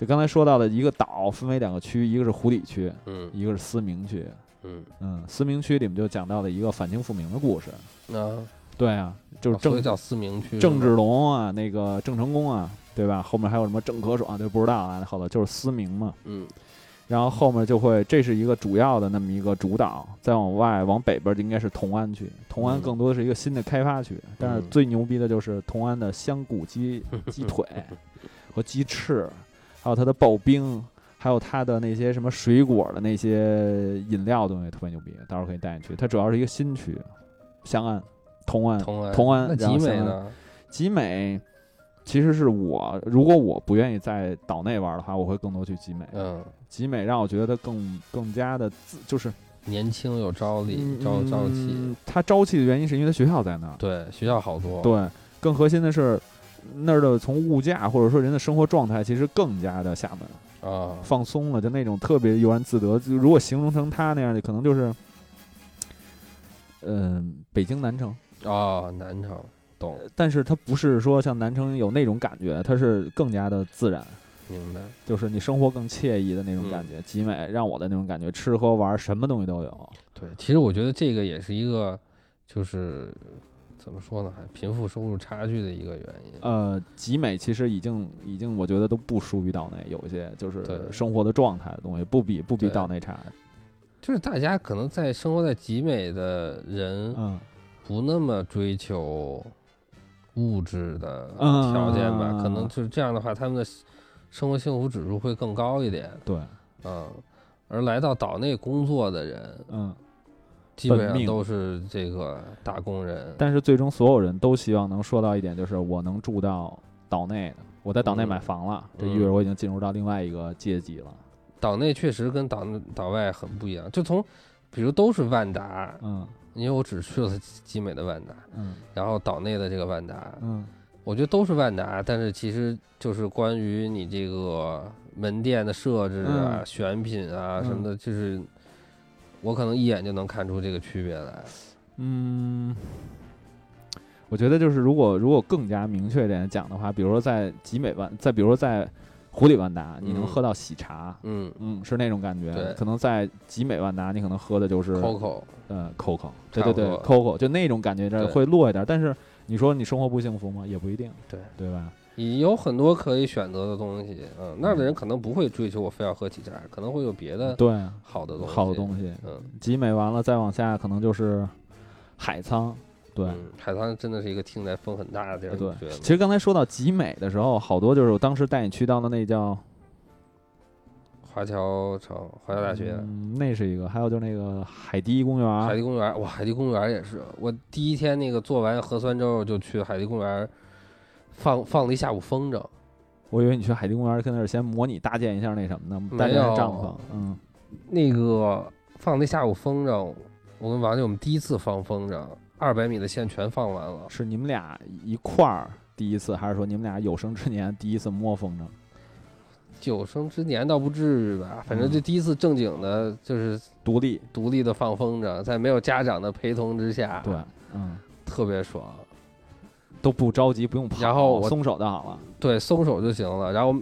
[SPEAKER 1] 就刚才说到的一个岛分为两个区，一个是湖底区，
[SPEAKER 2] 嗯
[SPEAKER 1] 一个是思明区。
[SPEAKER 2] 嗯，
[SPEAKER 1] 嗯，思明区里面就讲到了一个反清复明的故事。
[SPEAKER 2] 那
[SPEAKER 1] 对啊，就是
[SPEAKER 2] 哦所
[SPEAKER 1] 政
[SPEAKER 2] 以叫思明区是
[SPEAKER 1] 郑志
[SPEAKER 2] 吗
[SPEAKER 1] 龙啊，那个郑成功啊，对吧？后面还有什么郑可爽，就不知道啊。后头就是思明嘛，
[SPEAKER 2] 嗯
[SPEAKER 1] 然后后面就会，这是一个主要的那么一个主导，再往外往北边儿应该是同安区，同安
[SPEAKER 2] 嗯
[SPEAKER 1] 更多的是一个新的开发区，但是
[SPEAKER 2] 嗯
[SPEAKER 1] 最牛逼的就是同安的香骨鸡、鸡腿和鸡翅，还有它的刨冰，还有它的那些什么水果的那些饮料的东西特别牛逼，到时候可以带你去。它主要是一个新区，香安、同安、
[SPEAKER 2] 同安
[SPEAKER 1] 同安
[SPEAKER 2] 那
[SPEAKER 1] 然后
[SPEAKER 2] 集美
[SPEAKER 1] 相当
[SPEAKER 2] 呢？
[SPEAKER 1] 集美。其实是我，如果我不愿意在岛内玩的话，我会更多去集美。
[SPEAKER 2] 嗯，
[SPEAKER 1] 集美让我觉得更更加的自，就是
[SPEAKER 2] 年轻有朝力，朝朝气。
[SPEAKER 1] 嗯他朝气的原因是因为他学校在那儿，
[SPEAKER 2] 对，学校好多。，
[SPEAKER 1] 对，更核心的是那儿的从物价或者说人的生活状态，其实更加的厦门
[SPEAKER 2] 啊，
[SPEAKER 1] 放松了，就那种特别悠然自得。就如果形容成他那样的，可能就是，嗯、北京南城，
[SPEAKER 2] 啊，南城懂，
[SPEAKER 1] 但是它不是说像南城有那种感觉，它是更加的自然。
[SPEAKER 2] 明白。
[SPEAKER 1] 就是你生活更惬意的那种
[SPEAKER 2] 嗯
[SPEAKER 1] 感觉，集美让我的那种感觉，吃喝玩什么东西都有。
[SPEAKER 2] 对，其实我觉得这个也是一个，就是怎么说呢，还贫富收入差距的一个原因。
[SPEAKER 1] 呃，集美其实已经已经，我觉得都不输于岛内，有一些就是
[SPEAKER 2] 对
[SPEAKER 1] 生活的状态的东西，不比不比
[SPEAKER 2] 对
[SPEAKER 1] 岛内差。
[SPEAKER 2] 就是大家可能在生活在集美的人，
[SPEAKER 1] 嗯，
[SPEAKER 2] 不那么追求物质的
[SPEAKER 1] 嗯
[SPEAKER 2] 条件吧，
[SPEAKER 1] 嗯
[SPEAKER 2] 可
[SPEAKER 1] 嗯嗯
[SPEAKER 2] 能就是这样的话，他们的生活幸福指数会更高一点。
[SPEAKER 1] 对，
[SPEAKER 2] 嗯，而来到岛内工作的人，
[SPEAKER 1] 嗯，
[SPEAKER 2] 基
[SPEAKER 1] 本
[SPEAKER 2] 本上
[SPEAKER 1] 命
[SPEAKER 2] 都是这个打工人。
[SPEAKER 1] 但是最终所有人都希望能说到一点，就是我能住到岛内的，我在岛内
[SPEAKER 2] 嗯
[SPEAKER 1] 买房了，这
[SPEAKER 2] 嗯
[SPEAKER 1] 意味着我已经进入到另外一个阶级了。
[SPEAKER 2] 岛内确实跟岛岛外很不一样，就从比如都是万达，
[SPEAKER 1] 嗯
[SPEAKER 2] 因为我只去了集美的万达，
[SPEAKER 1] 嗯
[SPEAKER 2] 然后岛内的这个万达，
[SPEAKER 1] 嗯
[SPEAKER 2] 我觉得都是万达，但是其实就是关于你这个门店的设置啊、
[SPEAKER 1] 嗯
[SPEAKER 2] 选品啊
[SPEAKER 1] 嗯
[SPEAKER 2] 什么的，就是我可能一眼就能看出这个区别来。
[SPEAKER 1] 嗯。我觉得就是，如果如果更加明确一点地讲的话，比如说在集美万，再比如说在湖里万达，你能
[SPEAKER 2] 嗯
[SPEAKER 1] 喝到喜茶，
[SPEAKER 2] 嗯
[SPEAKER 1] 嗯，是那种感觉。
[SPEAKER 2] 对
[SPEAKER 1] 可能在集美万达，你可能喝的就是
[SPEAKER 2] ，Coco，
[SPEAKER 1] 呃 Coco，对对
[SPEAKER 2] 差不
[SPEAKER 1] 对
[SPEAKER 2] 多
[SPEAKER 1] ，Coco 就那种感觉，这
[SPEAKER 2] 对
[SPEAKER 1] 会落一点。但是你说你生活不幸福吗？也不一定，
[SPEAKER 2] 对
[SPEAKER 1] 对吧？
[SPEAKER 2] 你有很多可以选择的东西。嗯，那儿的人可能不会追求我非要喝喜茶，可能会有别的
[SPEAKER 1] 对啊，
[SPEAKER 2] 呃好的东西。
[SPEAKER 1] 好的东西。
[SPEAKER 2] 嗯，
[SPEAKER 1] 集美完了，再往下可能就是海沧，对。
[SPEAKER 2] 嗯，海滩真的是一个听起来风很大的地儿，
[SPEAKER 1] 对
[SPEAKER 2] 你觉得，吗
[SPEAKER 1] 其实刚才说到集美的时候，好多就是我当时带你去到的那叫
[SPEAKER 2] 华侨城、华侨大学、啊
[SPEAKER 1] 嗯，那是一个，还有就是那个海堤公园，
[SPEAKER 2] 海堤公园，哇，海堤公园也是，我第一天那个做完核酸之后就去海堤公园放放了一下午风筝，
[SPEAKER 1] 我以为你去海堤公园跟那儿先模拟搭建一下那什么呢，搭建
[SPEAKER 2] 有
[SPEAKER 1] 帐篷，嗯，
[SPEAKER 2] 那个放了一下午风筝，我跟王姐我们第一次放风筝，二百米的线全放完了，
[SPEAKER 1] 是你们俩一块儿第一次，还是说你们俩有生之年第一次摸风筝？
[SPEAKER 2] 九生之年倒不至于吧，反正
[SPEAKER 1] 嗯
[SPEAKER 2] 就第一次正经的，就是
[SPEAKER 1] 独立，
[SPEAKER 2] 独立的放风筝，在没有家长的陪同之下，
[SPEAKER 1] 对，，嗯，
[SPEAKER 2] 特别爽，
[SPEAKER 1] 都不着急，不用跑，
[SPEAKER 2] 然后我
[SPEAKER 1] 松手就好了。
[SPEAKER 2] 对，松手就行了，然后。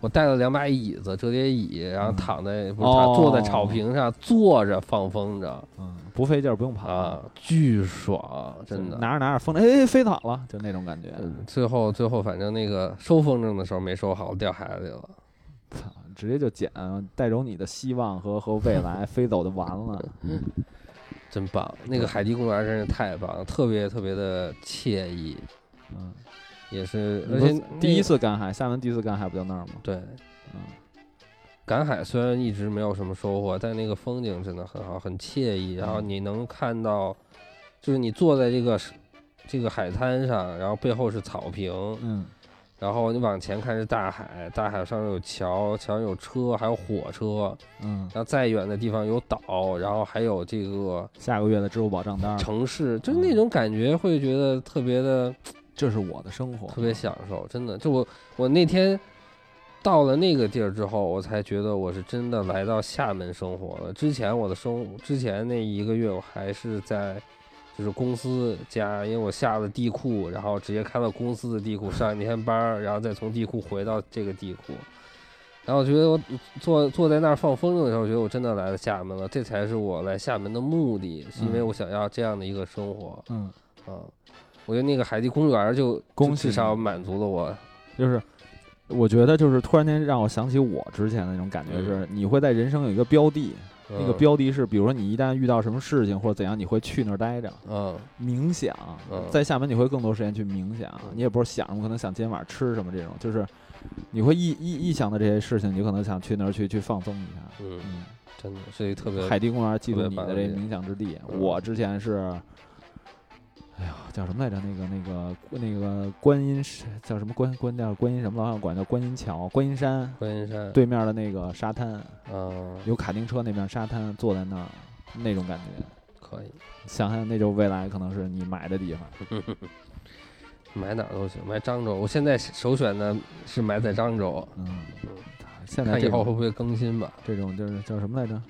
[SPEAKER 2] 我带了两把椅子、折叠椅，然后
[SPEAKER 1] 嗯
[SPEAKER 2] 躺在不是躺
[SPEAKER 1] 哦
[SPEAKER 2] 坐在草坪上坐着放风筝，
[SPEAKER 1] 嗯，不费劲儿，不用跑，
[SPEAKER 2] 啊，巨爽，
[SPEAKER 1] 就
[SPEAKER 2] 真的。
[SPEAKER 1] 拿着拿着风筝，哎，飞跑了，就那种感觉。
[SPEAKER 2] 嗯，最后最后，反正那个收风筝的时候没收好，掉海里了。
[SPEAKER 1] 操，直接就捡，带走你的希望和和未 来，飞走就完了。
[SPEAKER 2] 真棒！那
[SPEAKER 1] 嗯
[SPEAKER 2] 个海堤公园真是太棒了，特别特别的惬意，
[SPEAKER 1] 嗯，
[SPEAKER 2] 也是，
[SPEAKER 1] 你不
[SPEAKER 2] 而且
[SPEAKER 1] 是
[SPEAKER 2] 那
[SPEAKER 1] 第一
[SPEAKER 2] 个
[SPEAKER 1] 次赶海，厦门第一次赶海不就那儿吗？
[SPEAKER 2] 对
[SPEAKER 1] 嗯，
[SPEAKER 2] 赶海虽然一直没有什么收获，但那个风景真的很好，很惬意。然后
[SPEAKER 1] 嗯
[SPEAKER 2] 你能看到，就是你坐在这个这个海滩上，然后背后是草坪，
[SPEAKER 1] 嗯，
[SPEAKER 2] 然后你往前看是大海，大海上有桥，桥上有车，还有火车，
[SPEAKER 1] 嗯，
[SPEAKER 2] 然后再远的地方有岛，然后还有这个
[SPEAKER 1] 下个月的支付宝账单儿，
[SPEAKER 2] 城市，就是那种感觉，会觉得特别的
[SPEAKER 1] 这是我的生活，
[SPEAKER 2] 特别享受，真的。就我我那天到了那个地儿之后，我才觉得我是真的来到厦门生活了。之前我的生，之前那一个月我还是在，就是公司加，因为我下了地库，然后直接开到公司的地库上一天班儿，然后再从地库回到这个地库。然后我觉得我坐坐在那儿放风筝的时候，我觉得我真的来了厦门了。这才是我来厦门的目的，是因为
[SPEAKER 1] 嗯
[SPEAKER 2] 我想要这样的一个生活
[SPEAKER 1] 嗯，
[SPEAKER 2] 啊。我觉得那个海地公园儿就
[SPEAKER 1] 恭
[SPEAKER 2] 就
[SPEAKER 1] 喜
[SPEAKER 2] 至少
[SPEAKER 1] 你
[SPEAKER 2] 满足了我
[SPEAKER 1] 就是我觉得就是突然间让我想起我之前的那种感觉是，你会在人生有一个标的，那个
[SPEAKER 2] 嗯
[SPEAKER 1] 标的是，比如说你一旦遇到什么事情或者怎样，你会去那儿待着
[SPEAKER 2] 嗯
[SPEAKER 1] 冥想
[SPEAKER 2] 嗯，
[SPEAKER 1] 在厦门你会更多时间去冥想，你也不是想什么，可能想今天晚上吃什么这种，就是你会一一一想到这些事情，你就可能想去那儿去去放松一下。
[SPEAKER 2] 嗯。
[SPEAKER 1] 嗯，
[SPEAKER 2] 真的是一特别
[SPEAKER 1] 海地公园记
[SPEAKER 2] 特
[SPEAKER 1] 住
[SPEAKER 2] 别
[SPEAKER 1] 你
[SPEAKER 2] 棒
[SPEAKER 1] 的
[SPEAKER 2] 的
[SPEAKER 1] 这
[SPEAKER 2] 地
[SPEAKER 1] 冥想之地。
[SPEAKER 2] 嗯
[SPEAKER 1] 我之前是，哎呀，叫什么来着？那个那个那个观音是叫什么观观叫观音什么？老想管叫观音桥、观音山
[SPEAKER 2] 观音山，，
[SPEAKER 1] 对面的那个沙滩，
[SPEAKER 2] 嗯，
[SPEAKER 1] 有卡丁车那边沙滩，坐在那儿那种感觉。
[SPEAKER 2] 可以
[SPEAKER 1] 想想那就未来可能是你埋的地方。
[SPEAKER 2] 买哪儿都行，买漳州。我现在首选的是买在漳州，
[SPEAKER 1] 嗯
[SPEAKER 2] 嗯，
[SPEAKER 1] 现在
[SPEAKER 2] 看以
[SPEAKER 1] 这
[SPEAKER 2] 后会
[SPEAKER 1] 种
[SPEAKER 2] 不会更新吧。
[SPEAKER 1] 这种就是叫什么来着？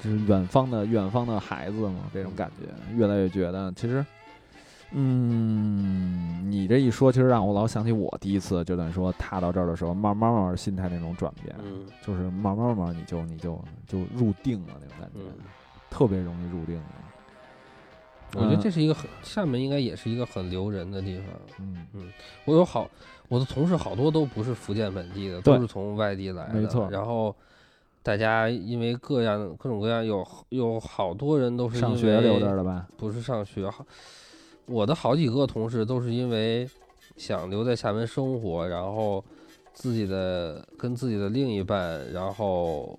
[SPEAKER 1] 就是远方的远方的孩子嘛，这种
[SPEAKER 2] 嗯
[SPEAKER 1] 感觉越来越觉得其实，嗯，你这一说，其实让我老想起我第一次就等于说踏到这儿的时候，慢慢慢慢心态那种转变，
[SPEAKER 2] 嗯
[SPEAKER 1] 就是慢慢慢慢你就你就就入定了那种感觉，
[SPEAKER 2] 嗯，
[SPEAKER 1] 特别容易入定了。
[SPEAKER 2] 我觉得
[SPEAKER 1] 嗯
[SPEAKER 2] 这是一个很厦门应该也是一个很留人的地方。
[SPEAKER 1] 嗯，
[SPEAKER 2] 我有好我的同事好多都不是福建本地的，都
[SPEAKER 1] 对
[SPEAKER 2] 是从外地来的，
[SPEAKER 1] 没错
[SPEAKER 2] 然后。大家因为各样各种各样有有好多人都是
[SPEAKER 1] 上
[SPEAKER 2] 因
[SPEAKER 1] 学
[SPEAKER 2] 为
[SPEAKER 1] 留这儿了吧？
[SPEAKER 2] 不是上学，好我的好几个同事都是因为想留在厦门生活，然后自己的跟自己的另一半，然后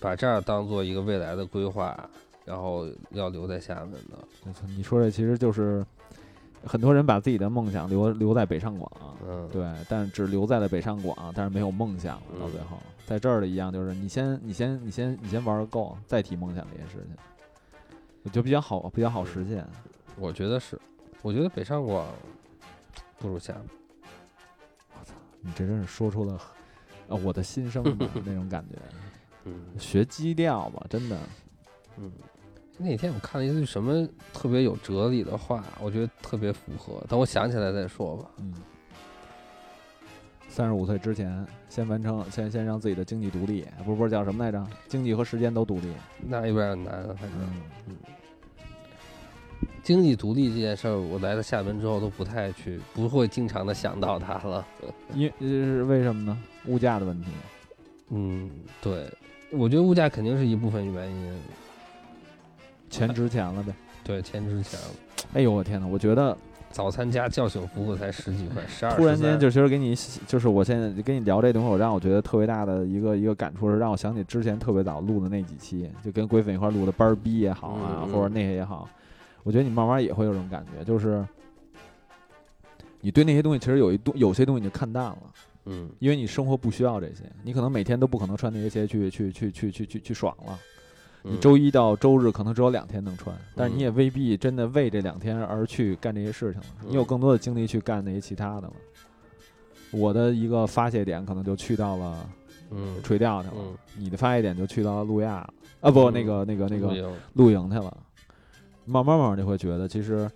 [SPEAKER 2] 把这儿当做一个未来的规划，然后要留在厦门的。
[SPEAKER 1] 没错，你说这其实就是很多人把自己的梦想留留在北上广，啊
[SPEAKER 2] 嗯，，
[SPEAKER 1] 对，但是只留在了北上广，但是没有梦想了。到
[SPEAKER 2] 嗯
[SPEAKER 1] 最后，在这儿的一样就是你先你先你先你先玩个够，再提梦想这件事情，我觉得比较好比较好实现。
[SPEAKER 2] 我觉得是，我觉得北上广不如厦门。
[SPEAKER 1] 你这真是说出了。呃，我的心声吧那种感觉，
[SPEAKER 2] 嗯
[SPEAKER 1] 学基调吧，真的，
[SPEAKER 2] 嗯。那天我看了一句什么特别有哲理的话，我觉得特别符合。等我想起来再说吧。
[SPEAKER 1] 嗯。三十五岁之前，先完成，先先让自己的经济独立，不是不是叫什么来着？经济和时间都独立。
[SPEAKER 2] 那有点难，反正。
[SPEAKER 1] 嗯，
[SPEAKER 2] 经济独立这件事儿，我来了厦门之后都不太去，不会经常的想到它了。
[SPEAKER 1] 因为这是为什么呢？物价的问题。
[SPEAKER 2] 嗯，对，我觉得物价肯定是一部分原因。
[SPEAKER 1] 钱值钱了呗。
[SPEAKER 2] 对，钱之前
[SPEAKER 1] 哎呦我天呐，我觉得
[SPEAKER 2] 早餐加叫醒服务才十几块，十二。
[SPEAKER 1] 突然间
[SPEAKER 2] 13
[SPEAKER 1] 就其实给你就是我现在跟你聊这东西，我让我觉得特别大的一个一个感触是，让我想起之前特别早录的那几期，就跟鬼粉一块录的班儿逼也好啊，
[SPEAKER 2] 嗯嗯
[SPEAKER 1] 或者那些也好，我觉得你慢慢也会有这种感觉，就是你对那些东西其实有一东有些东西你就看淡了。
[SPEAKER 2] 嗯，
[SPEAKER 1] 因为你生活不需要这些，你可能每天都不可能穿那些鞋去去去去去去去爽了。你
[SPEAKER 2] 嗯
[SPEAKER 1] 周一到周日可能只有两天能穿，但是你
[SPEAKER 2] 嗯
[SPEAKER 1] 也未必真的为这两天而去干这些事情了，你有
[SPEAKER 2] 嗯
[SPEAKER 1] 更多的精力去干那些其他的了。我的一个发泄点可能就去到了
[SPEAKER 2] 嗯
[SPEAKER 1] 垂钓去了，
[SPEAKER 2] 嗯
[SPEAKER 1] 你的发泄点就去到了路亚了啊不，
[SPEAKER 2] 嗯
[SPEAKER 1] 那个那个那
[SPEAKER 2] 露
[SPEAKER 1] 个
[SPEAKER 2] 营
[SPEAKER 1] 露营去了。慢慢慢慢就会觉得，其实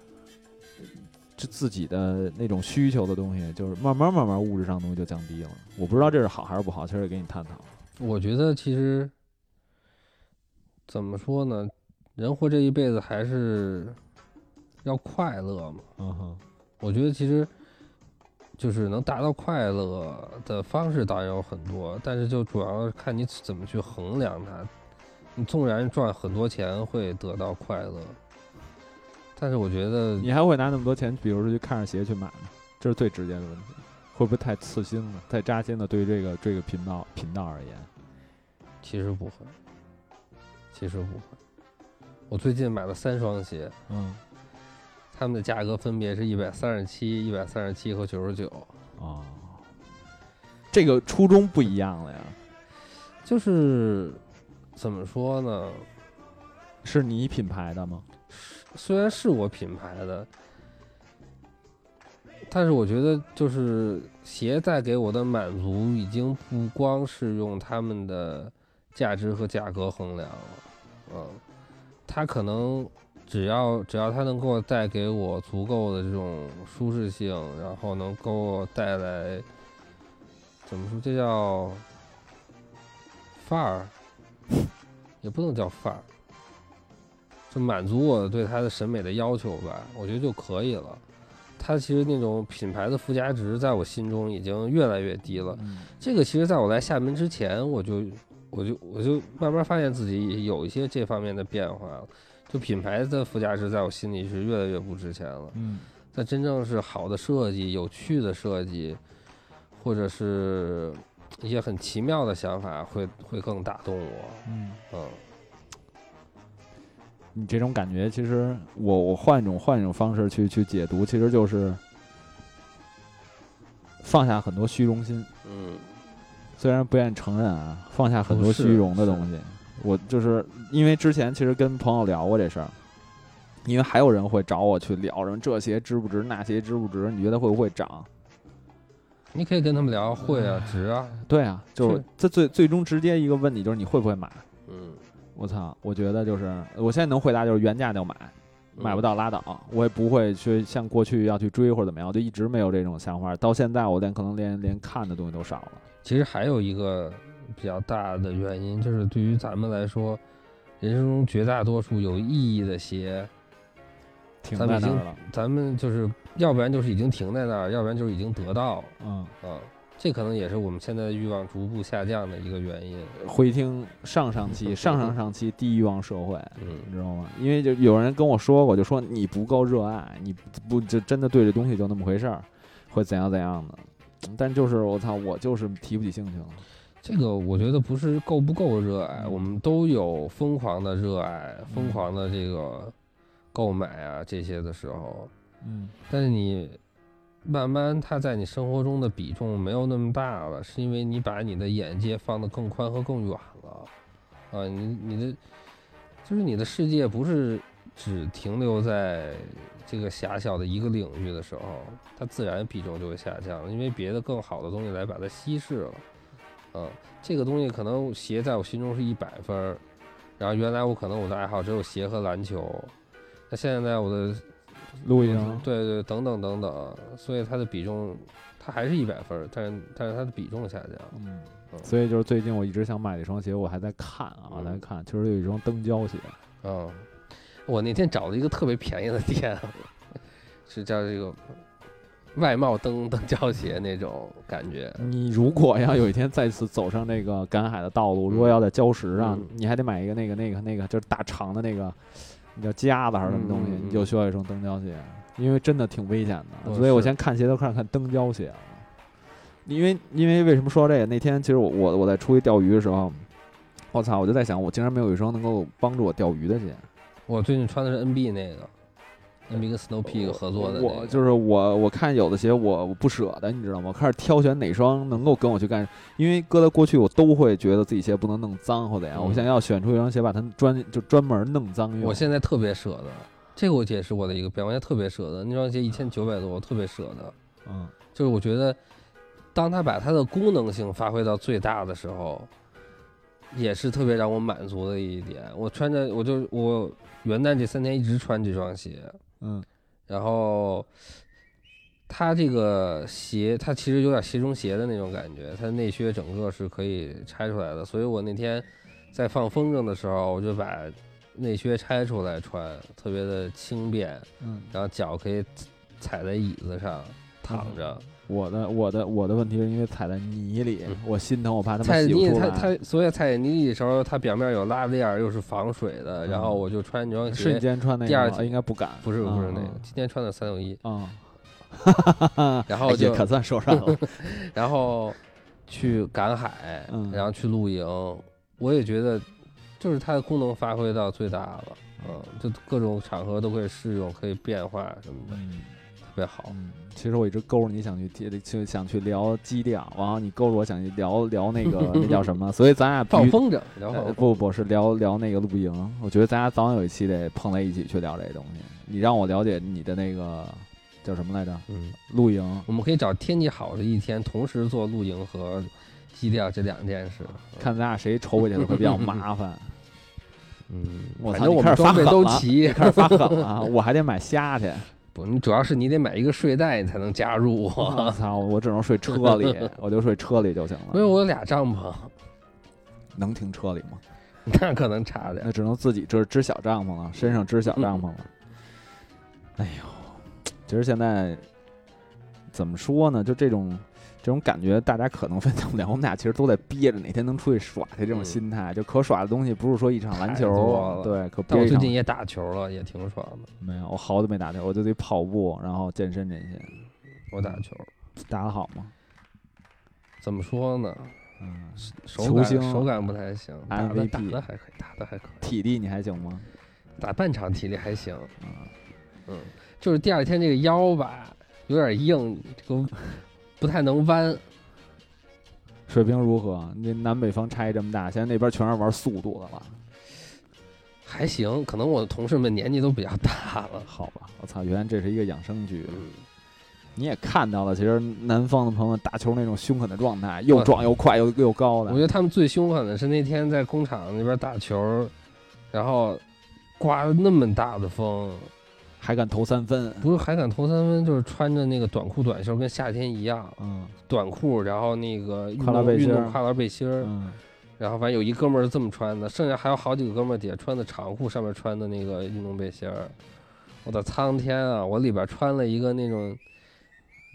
[SPEAKER 1] 这自己的那种需求的东西，就是慢慢慢慢物质上的东西就降低了。我不知道这是好还是不好，其实也给你探讨。
[SPEAKER 2] 我觉得其实怎么说呢，人活这一辈子还是要快乐嘛。
[SPEAKER 1] 嗯哼，
[SPEAKER 2] 我觉得其实就是能达到快乐的方式当然有很多，但是就主要看你怎么去衡量它。你纵然赚很多钱会得到快乐，但是我觉得
[SPEAKER 1] 你还会拿那么多钱，比如说去看上鞋去买吗？这是最直接的问题，会不会太刺心了，太扎心了？对于这个这个频道频道而言，
[SPEAKER 2] 其实不会，其实不会。我最近买了三双鞋，
[SPEAKER 1] 嗯，
[SPEAKER 2] 它们的价格分别是一百三十七、一百三十七和九十九。
[SPEAKER 1] 哦，这个初衷不一样了呀，
[SPEAKER 2] 就是怎么说呢？
[SPEAKER 1] 是你品牌的吗？
[SPEAKER 2] 虽然是我品牌的，但是我觉得就是鞋带给我的满足，已经不光是用他们的价值和价格衡量了，嗯，它可能只要只要它能给我带给我足够的这种舒适性，然后能给我带来怎么说，这叫范儿，也不能叫范儿，就满足我对它的审美的要求吧，我觉得就可以了。它其实那种品牌的附加值，在我心中已经越来越低了。
[SPEAKER 1] 嗯
[SPEAKER 2] 这个其实在我来厦门之前，我就我就我就慢慢发现自己有一些这方面的变化了。就品牌的附加值，在我心里是越来越不值钱了。
[SPEAKER 1] 嗯
[SPEAKER 2] 但真正是好的设计、有趣的设计，或者是一些很奇妙的想法，会会更打动我。
[SPEAKER 1] 嗯，
[SPEAKER 2] 嗯，
[SPEAKER 1] 你这种感觉，其实我我换一种换一种方式去去解读，其实就是放下很多虚荣心。
[SPEAKER 2] 嗯，
[SPEAKER 1] 虽然不愿意承认啊，放下很
[SPEAKER 2] 不
[SPEAKER 1] 多
[SPEAKER 2] 是
[SPEAKER 1] 虚荣的
[SPEAKER 2] 哦是
[SPEAKER 1] 东西。我就是因为之前其实跟朋友聊过这事儿，因为还有人会找我去聊什么这鞋值不值，那鞋值不值，你觉得会不会涨？
[SPEAKER 2] 你可以跟他们聊，会啊，值啊，
[SPEAKER 1] 对啊，就是
[SPEAKER 2] 是
[SPEAKER 1] 这最最终直接一个问题就是你会不会买？
[SPEAKER 2] 嗯，
[SPEAKER 1] 我操，我觉得就是我现在能回答就是原价就买，买不到拉倒，我也不会去像过去要去追或者怎么样，我就一直没有这种想法。到现在我连可能连连看的东西都少了。
[SPEAKER 2] 其实还有一个比较大的原因，就是对于咱们来说，人生中绝大多数有意义的鞋，
[SPEAKER 1] 停
[SPEAKER 2] 咱
[SPEAKER 1] 在
[SPEAKER 2] 们
[SPEAKER 1] 那
[SPEAKER 2] 已
[SPEAKER 1] 儿
[SPEAKER 2] 经
[SPEAKER 1] 了，
[SPEAKER 2] 咱们就是要不然就是已经停在那儿，要不然就是已经得到了
[SPEAKER 1] 嗯，
[SPEAKER 2] 啊。这可能也是我们现在欲望逐步下降的一个原因。
[SPEAKER 1] 回听上上期、 上上上期低欲望社会，
[SPEAKER 2] 嗯
[SPEAKER 1] 你知道吗？因为就有人跟我说过，就说你不够热爱，你不就真的对这东西就那么回事儿，会怎样怎样的。但就是我操，我就是提不起兴趣了。
[SPEAKER 2] 这个我觉得不是够不够热爱，
[SPEAKER 1] 嗯
[SPEAKER 2] 我们都有疯狂的热爱、疯
[SPEAKER 1] 嗯
[SPEAKER 2] 狂的这个购买啊这些的时候，
[SPEAKER 1] 嗯
[SPEAKER 2] 但是你慢慢它在你生活中的比重没有那么大了，是因为你把你的眼界放得更宽和更远了，啊，你你的就是你的世界不是只停留在这个狭小的一个领域的时候，它自然比重就会下降，因为别的更好的东西来把它稀释了。嗯，这个东西可能鞋在我心中是一百分儿，然后原来我可能我的爱好只有鞋和篮球，那现在我的
[SPEAKER 1] 录一
[SPEAKER 2] 嗯
[SPEAKER 1] 张，
[SPEAKER 2] 对对，等等等等，所以它的比重，它还是一百分儿，但是但是它的比重下降。
[SPEAKER 1] 嗯，
[SPEAKER 2] 嗯
[SPEAKER 1] 所以就是最近我一直想买的一双鞋，我还在看啊，我
[SPEAKER 2] 嗯
[SPEAKER 1] 在看，就是有一双蹬胶鞋，
[SPEAKER 2] 嗯，我那天找了一个特别便宜的店， 是叫这个外贸蹬蹬胶鞋那种感觉。
[SPEAKER 1] 你如果要有一天再次走上那个赶海的道路，如果要在礁石上，
[SPEAKER 2] 嗯
[SPEAKER 1] 你还得买一个那个那个那个，就是大长的那个，你叫夹子还是什么东西，
[SPEAKER 2] 嗯嗯嗯
[SPEAKER 1] 你就需要一双蹬胶鞋，因为真的挺危险的。
[SPEAKER 2] 嗯
[SPEAKER 1] 所以我
[SPEAKER 2] 是
[SPEAKER 1] 先看鞋都看看蹬胶鞋了。因为因为为什么说这个？那天其实我我我在出去钓鱼的时候，我操，我就在想，我竟然没有一双能够帮助我钓鱼的鞋。
[SPEAKER 2] 我最近穿的是 NB 那个，NB 跟 Snow Peak 合作的、那
[SPEAKER 1] 我
[SPEAKER 2] 个，
[SPEAKER 1] 就是我，我看有的鞋我我不舍得，你知道吗？我开始挑选哪双能够跟我去干，因为搁到过去我都会觉得自己鞋不能弄脏或怎样，
[SPEAKER 2] 嗯
[SPEAKER 1] 我想要选出一双鞋把它专就专门弄脏用。
[SPEAKER 2] 我现在特别舍得。这个我也是我的一个变化，我现在特别舍得那双鞋一千九百多，我特别舍得。
[SPEAKER 1] 嗯
[SPEAKER 2] 就是我觉得，当它把它的功能性发挥到最大的时候，也是特别让我满足的一点。我穿着，我就我元旦这三天一直穿这双鞋，
[SPEAKER 1] 嗯
[SPEAKER 2] 然后它这个鞋，它其实有点鞋中鞋的那种感觉，它内靴整个是可以拆出来的。所以我那天在放风筝的时候，我就把内靴拆出来穿，特别的轻便，
[SPEAKER 1] 嗯，
[SPEAKER 2] 然后脚可以踩在椅子上躺着。
[SPEAKER 1] 我的我的我的问题是因为踩在泥里
[SPEAKER 2] 嗯，
[SPEAKER 1] 我心疼，我怕他
[SPEAKER 2] 菜
[SPEAKER 1] 们洗不
[SPEAKER 2] 泥
[SPEAKER 1] 出
[SPEAKER 2] 它
[SPEAKER 1] 来，
[SPEAKER 2] 它所以菜泥里的时候，它表面有拉链儿，又是防水的，
[SPEAKER 1] 嗯
[SPEAKER 2] 然后我就穿这双
[SPEAKER 1] 瞬
[SPEAKER 2] 鞋，
[SPEAKER 1] 间穿那个
[SPEAKER 2] 第二
[SPEAKER 1] 啊应该不敢，
[SPEAKER 2] 不是不是
[SPEAKER 1] 嗯
[SPEAKER 2] 那个，今天穿的三六一，
[SPEAKER 1] 嗯，哈哈
[SPEAKER 2] 然
[SPEAKER 1] 哈
[SPEAKER 2] 后
[SPEAKER 1] 啊哎也
[SPEAKER 2] 就
[SPEAKER 1] 可算受伤 了，
[SPEAKER 2] 然后去赶海
[SPEAKER 1] 嗯，
[SPEAKER 2] 然后去露营，我也觉得就是它的功能发挥到最大了，嗯，就各种场合都可以适用，可以变化什么的，
[SPEAKER 1] 嗯。
[SPEAKER 2] 特别好。
[SPEAKER 1] 嗯，其实我一直勾着你想去接，就想去聊基调，然后你勾着我想去聊聊那 个那叫什么，所以咱俩必
[SPEAKER 2] 放
[SPEAKER 1] 须
[SPEAKER 2] 风筝，然
[SPEAKER 1] 呃
[SPEAKER 2] 后
[SPEAKER 1] 不不是聊聊那个露营，我觉得咱俩早晚有一期得碰在一起去聊这东西。你让我了解你的那个叫什么来着？
[SPEAKER 2] 嗯，
[SPEAKER 1] 露营，
[SPEAKER 2] 我们可以找天气好的一天，同时做露营和基调这两件事。
[SPEAKER 1] 看咱俩谁筹备起来会比较麻 烦。
[SPEAKER 2] 嗯，
[SPEAKER 1] 我
[SPEAKER 2] 反
[SPEAKER 1] 操
[SPEAKER 2] 正我
[SPEAKER 1] 你开
[SPEAKER 2] 们
[SPEAKER 1] 始发
[SPEAKER 2] 装备
[SPEAKER 1] 狠
[SPEAKER 2] 都
[SPEAKER 1] 了
[SPEAKER 2] 齐
[SPEAKER 1] 你。开始发狠了，啊我还得买虾 去。
[SPEAKER 2] 不，你主要是你得买一个睡袋，你才能加入我。
[SPEAKER 1] 我操，我只能睡车里， 我就睡车里就行
[SPEAKER 2] 因为
[SPEAKER 1] 了。
[SPEAKER 2] 我有俩帐篷，
[SPEAKER 1] 能停车里吗？
[SPEAKER 2] 那可能差点。
[SPEAKER 1] 那呃只能自己支支小帐篷了，身上支小帐篷了。哎呦，其实现在怎么说呢？就这种这种感觉，大家可能分享不了。我们俩其实都在憋着哪天能出去耍去这种
[SPEAKER 2] 嗯
[SPEAKER 1] 心态。就可耍的东西不是说一场篮
[SPEAKER 2] 太多
[SPEAKER 1] 球，
[SPEAKER 2] 了
[SPEAKER 1] 对，可憋
[SPEAKER 2] 但我
[SPEAKER 1] 一
[SPEAKER 2] 最
[SPEAKER 1] 场
[SPEAKER 2] 近也打球了，也挺爽的。
[SPEAKER 1] 没有，我好久没打球，我就得跑步，然后健身这些。
[SPEAKER 2] 我打球
[SPEAKER 1] 打得好吗？
[SPEAKER 2] 怎么说呢？
[SPEAKER 1] 嗯，
[SPEAKER 2] 手
[SPEAKER 1] 球
[SPEAKER 2] 感
[SPEAKER 1] 星
[SPEAKER 2] 手感不太行，打的
[SPEAKER 1] MVP
[SPEAKER 2] 打的还可以，打的还可以，
[SPEAKER 1] 体力你还行吗？
[SPEAKER 2] 打半场体力还行。
[SPEAKER 1] 啊，
[SPEAKER 2] 嗯，就是第二天这个腰吧有点硬，这个不太能弯。
[SPEAKER 1] 水平如何？那南北方差异这么大，现在那边全是玩速度的了。
[SPEAKER 2] 还行，可能我的同事们年纪都比较大了。
[SPEAKER 1] 好吧，我操，原来这是一个养生局。
[SPEAKER 2] 嗯，
[SPEAKER 1] 你也看到了，其实南方的朋友们打球那种凶狠的状态，又壮又快又又高
[SPEAKER 2] 我觉
[SPEAKER 1] 的。
[SPEAKER 2] 得他们最凶狠的是那天在工厂那边打球，然后刮了那么大的风，
[SPEAKER 1] 还敢投三分。
[SPEAKER 2] 不是还敢投三分，就是穿着那个短裤短袖，跟夏天一样，
[SPEAKER 1] 嗯
[SPEAKER 2] 短裤，然后那个运
[SPEAKER 1] 跨栏
[SPEAKER 2] 动
[SPEAKER 1] 背心
[SPEAKER 2] 运
[SPEAKER 1] 儿
[SPEAKER 2] 动跨栏背心儿，
[SPEAKER 1] 嗯，
[SPEAKER 2] 然后反正有一哥们儿是这么穿的，剩下还有好几个哥们儿底下穿的长裤，上面穿的那个运动背心儿。我的苍天啊！我里边穿了一个那种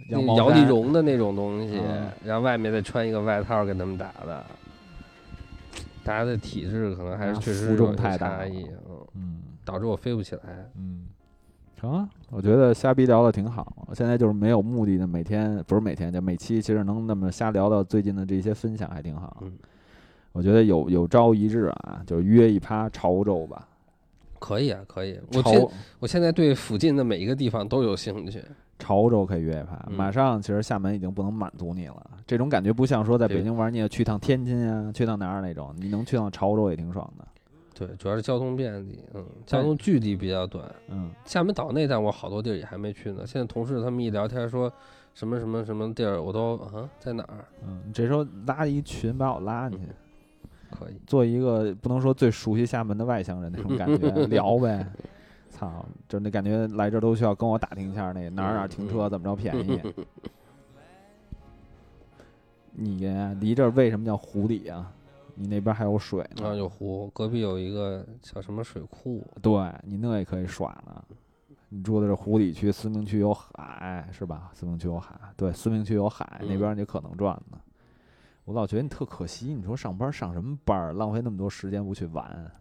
[SPEAKER 2] 那
[SPEAKER 1] 羊毛
[SPEAKER 2] 嗯摇
[SPEAKER 1] 衫
[SPEAKER 2] 粒绒的那种东西
[SPEAKER 1] 嗯，
[SPEAKER 2] 然后外面再穿一个外套跟他们打的。大家的体质可能还
[SPEAKER 1] 那
[SPEAKER 2] 是确实
[SPEAKER 1] 啊负
[SPEAKER 2] 有
[SPEAKER 1] 重
[SPEAKER 2] 有
[SPEAKER 1] 太大
[SPEAKER 2] 差
[SPEAKER 1] 了
[SPEAKER 2] 异，嗯，
[SPEAKER 1] 嗯
[SPEAKER 2] 导致我飞不起来。
[SPEAKER 1] 嗯，成啊！我觉得瞎逼聊的挺好。现在就是没有目的的，每天不是每天，就每期其实能那么瞎聊到最近的这些分享还挺好。
[SPEAKER 2] 嗯
[SPEAKER 1] 我觉得有有朝一日啊，就约一趴潮州吧。
[SPEAKER 2] 可以啊，可以。我现
[SPEAKER 1] 潮
[SPEAKER 2] 我现在对附近的每一个地方都有兴趣。
[SPEAKER 1] 潮州可以约一趴。
[SPEAKER 2] 嗯
[SPEAKER 1] 马上其实厦门已经不能满足你了，这种感觉不像说在
[SPEAKER 2] 对
[SPEAKER 1] 北京玩，你也去趟天津啊，去趟哪儿那种，你能去趟潮州也挺爽的。
[SPEAKER 2] 对，主要是交通便利，嗯，交通距离比较短。
[SPEAKER 1] 嗯，
[SPEAKER 2] 厦门岛内站我好多地儿也还没去呢。现在同事他们一聊天说什么什么什么地儿，我都啊在哪儿？
[SPEAKER 1] 嗯，
[SPEAKER 2] 嗯
[SPEAKER 1] 你这时候拉一群把我拉进去，
[SPEAKER 2] 可以，
[SPEAKER 1] 做一个不能说最熟悉厦门的外乡人那种感 觉，聊呗。操，就那感觉来这儿都需要跟我打听一下那哪儿哪儿停
[SPEAKER 2] 嗯
[SPEAKER 1] 车怎么着便宜。 你离这儿为什么叫湖底啊？你那边还有水
[SPEAKER 2] 然后
[SPEAKER 1] 呢，
[SPEAKER 2] 有湖，隔壁有一个叫什么水库，
[SPEAKER 1] 对你那也可以耍呢。你住的是湖底区，思明区有海是吧？思明区有海，对，思明区有海，
[SPEAKER 2] 嗯
[SPEAKER 1] 那边你可能转呢。我老觉得你特可惜，你说上班上什么班儿，浪费那么多时间不去玩。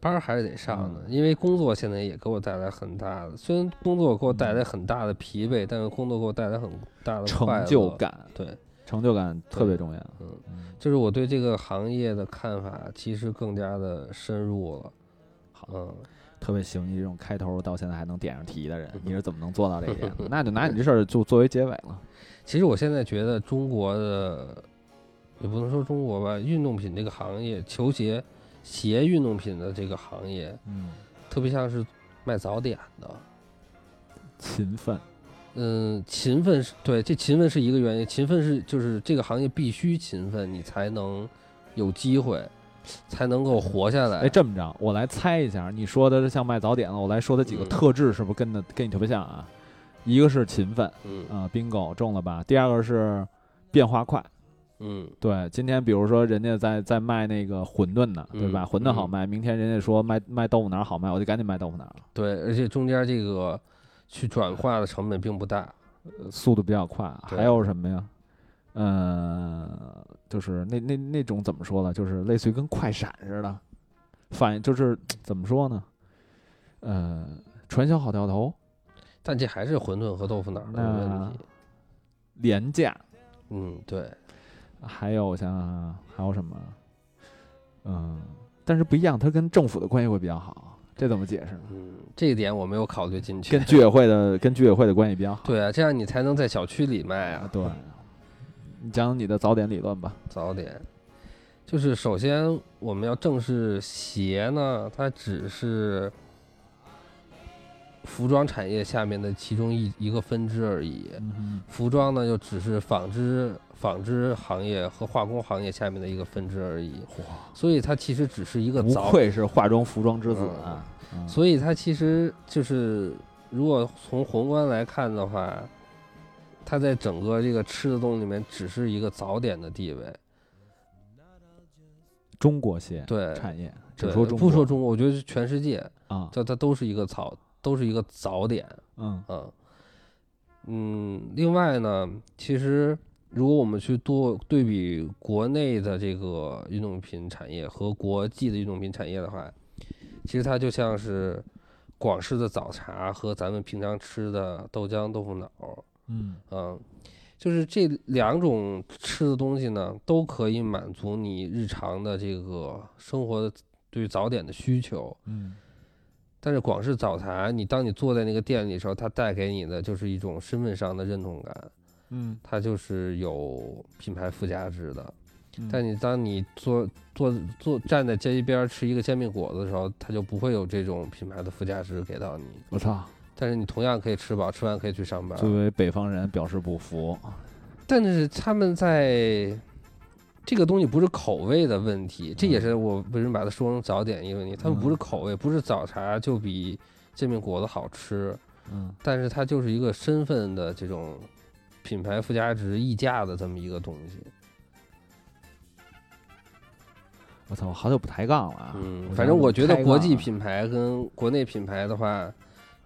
[SPEAKER 2] 班儿还是得上
[SPEAKER 1] 嗯
[SPEAKER 2] 的，因为工作现在也给我带来很大的，虽然工作给我带来很大的疲惫，但是工作给我带来很大
[SPEAKER 1] 嗯
[SPEAKER 2] 的快
[SPEAKER 1] 成
[SPEAKER 2] 乐
[SPEAKER 1] 就。感，
[SPEAKER 2] 对，
[SPEAKER 1] 成就感特别重要。
[SPEAKER 2] 嗯，
[SPEAKER 1] 嗯，
[SPEAKER 2] 就是我对这个行业的看法其实更加的深入了。
[SPEAKER 1] 好
[SPEAKER 2] 嗯，
[SPEAKER 1] 特别行，你这种开头到现在还能点上题的人
[SPEAKER 2] 嗯，
[SPEAKER 1] 你是怎么能做到这一点 的？那就拿你这事儿就作为结尾了。
[SPEAKER 2] 其实我现在觉得中国的，也不能说中国吧，运动品这个行业，球鞋、鞋运动品的这个行业，
[SPEAKER 1] 嗯，
[SPEAKER 2] 特别像是卖早点的。
[SPEAKER 1] 勤奋，
[SPEAKER 2] 嗯，勤奋是对，这勤奋是一个原因，勤奋是就是这个行业必须勤奋，你才能有机会，才能够活下来。
[SPEAKER 1] 哎，这么着，我来猜一下，你说的是像卖早点的，我来说的几个
[SPEAKER 2] 嗯
[SPEAKER 1] 特质是不是跟的跟你特别像啊？一个是勤奋，
[SPEAKER 2] 嗯
[SPEAKER 1] 啊，bingo 中了吧？第二个是变化快，
[SPEAKER 2] 嗯
[SPEAKER 1] 对，今天比如说人家在在卖那个馄饨呢，对吧？
[SPEAKER 2] 嗯
[SPEAKER 1] 馄饨好
[SPEAKER 2] 嗯
[SPEAKER 1] 卖，明天人家说卖卖豆腐脑儿好卖，我就赶紧卖豆腐脑儿了，
[SPEAKER 2] 对，而且中间这个去转化的成本并不大。
[SPEAKER 1] 呃速度比较快。
[SPEAKER 2] 对
[SPEAKER 1] 还有什么呀？呃，就是那那那种怎么说呢？就是类似于跟快闪似的，反应就是怎么说呢？呃，传销好掉头，
[SPEAKER 2] 但这还是馄饨和豆腐脑儿的
[SPEAKER 1] 那
[SPEAKER 2] 问题。
[SPEAKER 1] 廉价，
[SPEAKER 2] 嗯，对，
[SPEAKER 1] 还有像啊还有什么？嗯、但是不一样，它跟政府的关系会比较好，这怎么解释呢？
[SPEAKER 2] 嗯，这一点我没有考虑进去
[SPEAKER 1] 跟。居委会的跟居委会的关系比较好。
[SPEAKER 2] 对啊，这样你才能在小区里卖啊。
[SPEAKER 1] 对，你讲讲你的早点理论吧。
[SPEAKER 2] 早点，就是首先我们要正视鞋呢，它只是服装产业下面的其中一一个分支而已。
[SPEAKER 1] 嗯
[SPEAKER 2] 服装呢，就只是纺织、纺织行业和化工行业下面的一个分支而已。
[SPEAKER 1] 哼，哇，
[SPEAKER 2] 所以它其实只是一个
[SPEAKER 1] 不
[SPEAKER 2] 早，
[SPEAKER 1] 愧是化妆服装之子啊！嗯
[SPEAKER 2] 所以它其实就是如果从宏观来看的话，它在整个这个吃的东西里面只是一个早点的地位。
[SPEAKER 1] 中国鞋
[SPEAKER 2] 对，
[SPEAKER 1] 产业，只
[SPEAKER 2] 对
[SPEAKER 1] 说中
[SPEAKER 2] 不说
[SPEAKER 1] 国
[SPEAKER 2] 中国，我觉得是全世界，
[SPEAKER 1] 啊，
[SPEAKER 2] 它它都是一个早，都是一个早点。
[SPEAKER 1] 嗯
[SPEAKER 2] 嗯，嗯，另外呢，其实如果我们去多对比国内的这个运动品产业和国际的运动品产业的话，其实它就像是广式的早茶和咱们平常吃的豆浆、豆腐脑儿，
[SPEAKER 1] 嗯
[SPEAKER 2] 嗯，就是这两种吃的东西呢，都可以满足你日常的这个生活的对早点的需求。
[SPEAKER 1] 嗯，
[SPEAKER 2] 但是广式早茶，你当你坐在那个店里的时候，它带给你的就是一种身份上的认同感，
[SPEAKER 1] 嗯，
[SPEAKER 2] 它就是有品牌附加值的。
[SPEAKER 1] 嗯
[SPEAKER 2] 但你当你坐坐坐站在街一边儿吃一个煎饼果子的时候，它就不会有这种品牌的附加值给到你。
[SPEAKER 1] 我操，
[SPEAKER 2] 但是你同样可以吃饱，吃完可以去上班。
[SPEAKER 1] 作为北方人表示不服。
[SPEAKER 2] 但是他们在这个东西不是口味的问题，这也是
[SPEAKER 1] 嗯
[SPEAKER 2] 我为什么把它说成早点一个问题。他们不是口味，不是早茶就比煎饼果子好吃。
[SPEAKER 1] 嗯
[SPEAKER 2] 但是它就是一个身份的这种品牌附加值溢价的这么一个东西。，
[SPEAKER 1] 我操，我好久不抬杠了啊。
[SPEAKER 2] 嗯，
[SPEAKER 1] 我
[SPEAKER 2] 反正我觉得
[SPEAKER 1] 开杠
[SPEAKER 2] 国际
[SPEAKER 1] 了
[SPEAKER 2] 品牌跟国内品牌的话，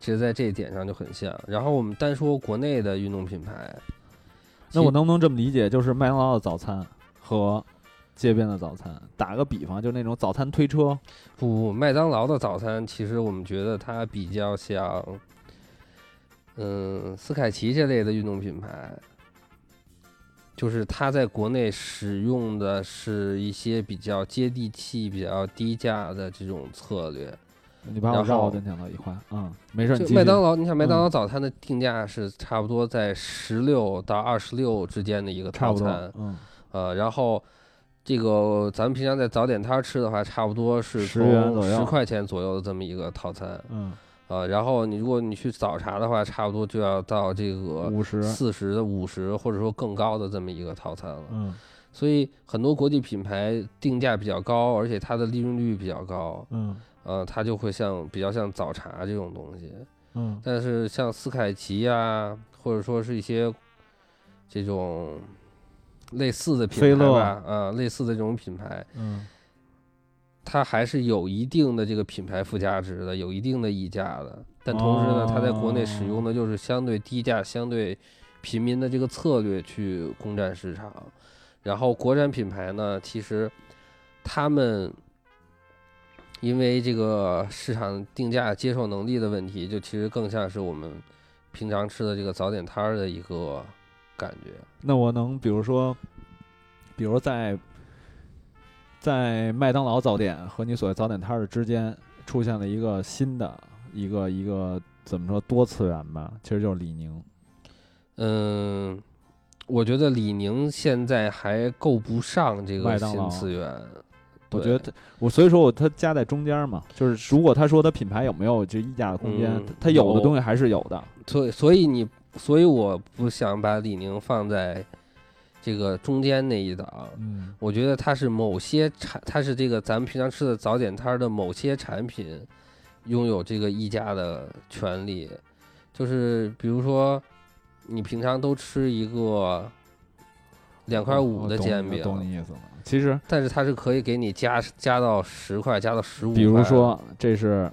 [SPEAKER 2] 其实在这一点上就很像。然后我们单说国内的运动品牌，
[SPEAKER 1] 那我
[SPEAKER 2] 能
[SPEAKER 1] 能不能这么理解，就是麦当劳的早餐和街边的早餐？打个比方，就那种早餐推车，
[SPEAKER 2] 不不，麦当劳的早餐其实我们觉得它比较像，嗯，斯凯奇这类的运动品牌。就是它在国内使用的是一些比较接地气、比较低价的这种策略，
[SPEAKER 1] 你把我
[SPEAKER 2] 然后
[SPEAKER 1] 绕进去了一块。嗯，没事，你
[SPEAKER 2] 就
[SPEAKER 1] 继续
[SPEAKER 2] 麦当劳，你想麦当
[SPEAKER 1] 嗯
[SPEAKER 2] 劳早餐的定价是差不多在十六到二十六之间的一个
[SPEAKER 1] 差
[SPEAKER 2] 套
[SPEAKER 1] 不多
[SPEAKER 2] 餐，，
[SPEAKER 1] 嗯，
[SPEAKER 2] 呃，然后这个咱们平常在早点摊儿吃的话，差不多是
[SPEAKER 1] 10元
[SPEAKER 2] 从
[SPEAKER 1] 左右
[SPEAKER 2] 十块钱左右的这么一个套餐，
[SPEAKER 1] 嗯，
[SPEAKER 2] 呃，然后你如果你去早茶的话，差不多就要到这个
[SPEAKER 1] 五十，
[SPEAKER 2] 四十、五十或者说更高的这么一个套餐了，
[SPEAKER 1] 嗯
[SPEAKER 2] 所以很多国际品牌定价比较高，而且它的利润率比较高，
[SPEAKER 1] 嗯
[SPEAKER 2] 呃，它就会像比较像早茶这种东西。
[SPEAKER 1] 嗯
[SPEAKER 2] 但是像斯凯奇呀、或者说是一些这种类似的
[SPEAKER 1] 菲
[SPEAKER 2] 品牌
[SPEAKER 1] 乐
[SPEAKER 2] 吧，啊，类似的这种品牌，
[SPEAKER 1] 嗯，
[SPEAKER 2] 它还是有一定的这个品牌附加值的，有一定的溢价的。但同时呢，它在国内使用的就是相对低价、相对平民的这个策略去攻占市场。然后国产品牌呢，其实他们因为这个市场定价接受能力的问题，就其实更像是我们平常吃的这个早点摊儿的一个感觉。
[SPEAKER 1] 那我能比如说，比如在在麦当劳早点和你所谓早点摊儿的之间出现了一个新的一个一个怎么说多次元吧，其实就是李宁。
[SPEAKER 2] 嗯，我觉得李宁现在还够不上这
[SPEAKER 1] 麦
[SPEAKER 2] 个
[SPEAKER 1] 当劳
[SPEAKER 2] 新次元。
[SPEAKER 1] 我觉得
[SPEAKER 2] 对
[SPEAKER 1] 他，我所以说我他夹在中间嘛，就是如果他说他品牌有没有这溢价的空间，
[SPEAKER 2] 嗯
[SPEAKER 1] 他他有的
[SPEAKER 2] 有
[SPEAKER 1] 东西还是有的。
[SPEAKER 2] 所以所以你，所以我不想把李宁放在这个中间那一档。
[SPEAKER 1] 嗯
[SPEAKER 2] 我觉得它是某些产，它是这个咱们平常吃的早点摊儿的某些产品拥有这个溢价的权利，就是比如说你平常都吃一个两块五的煎饼，
[SPEAKER 1] 哦懂你意思了。其实，
[SPEAKER 2] 但是它是可以给你加加到十块，啊加到十五。
[SPEAKER 1] 比如，说这是，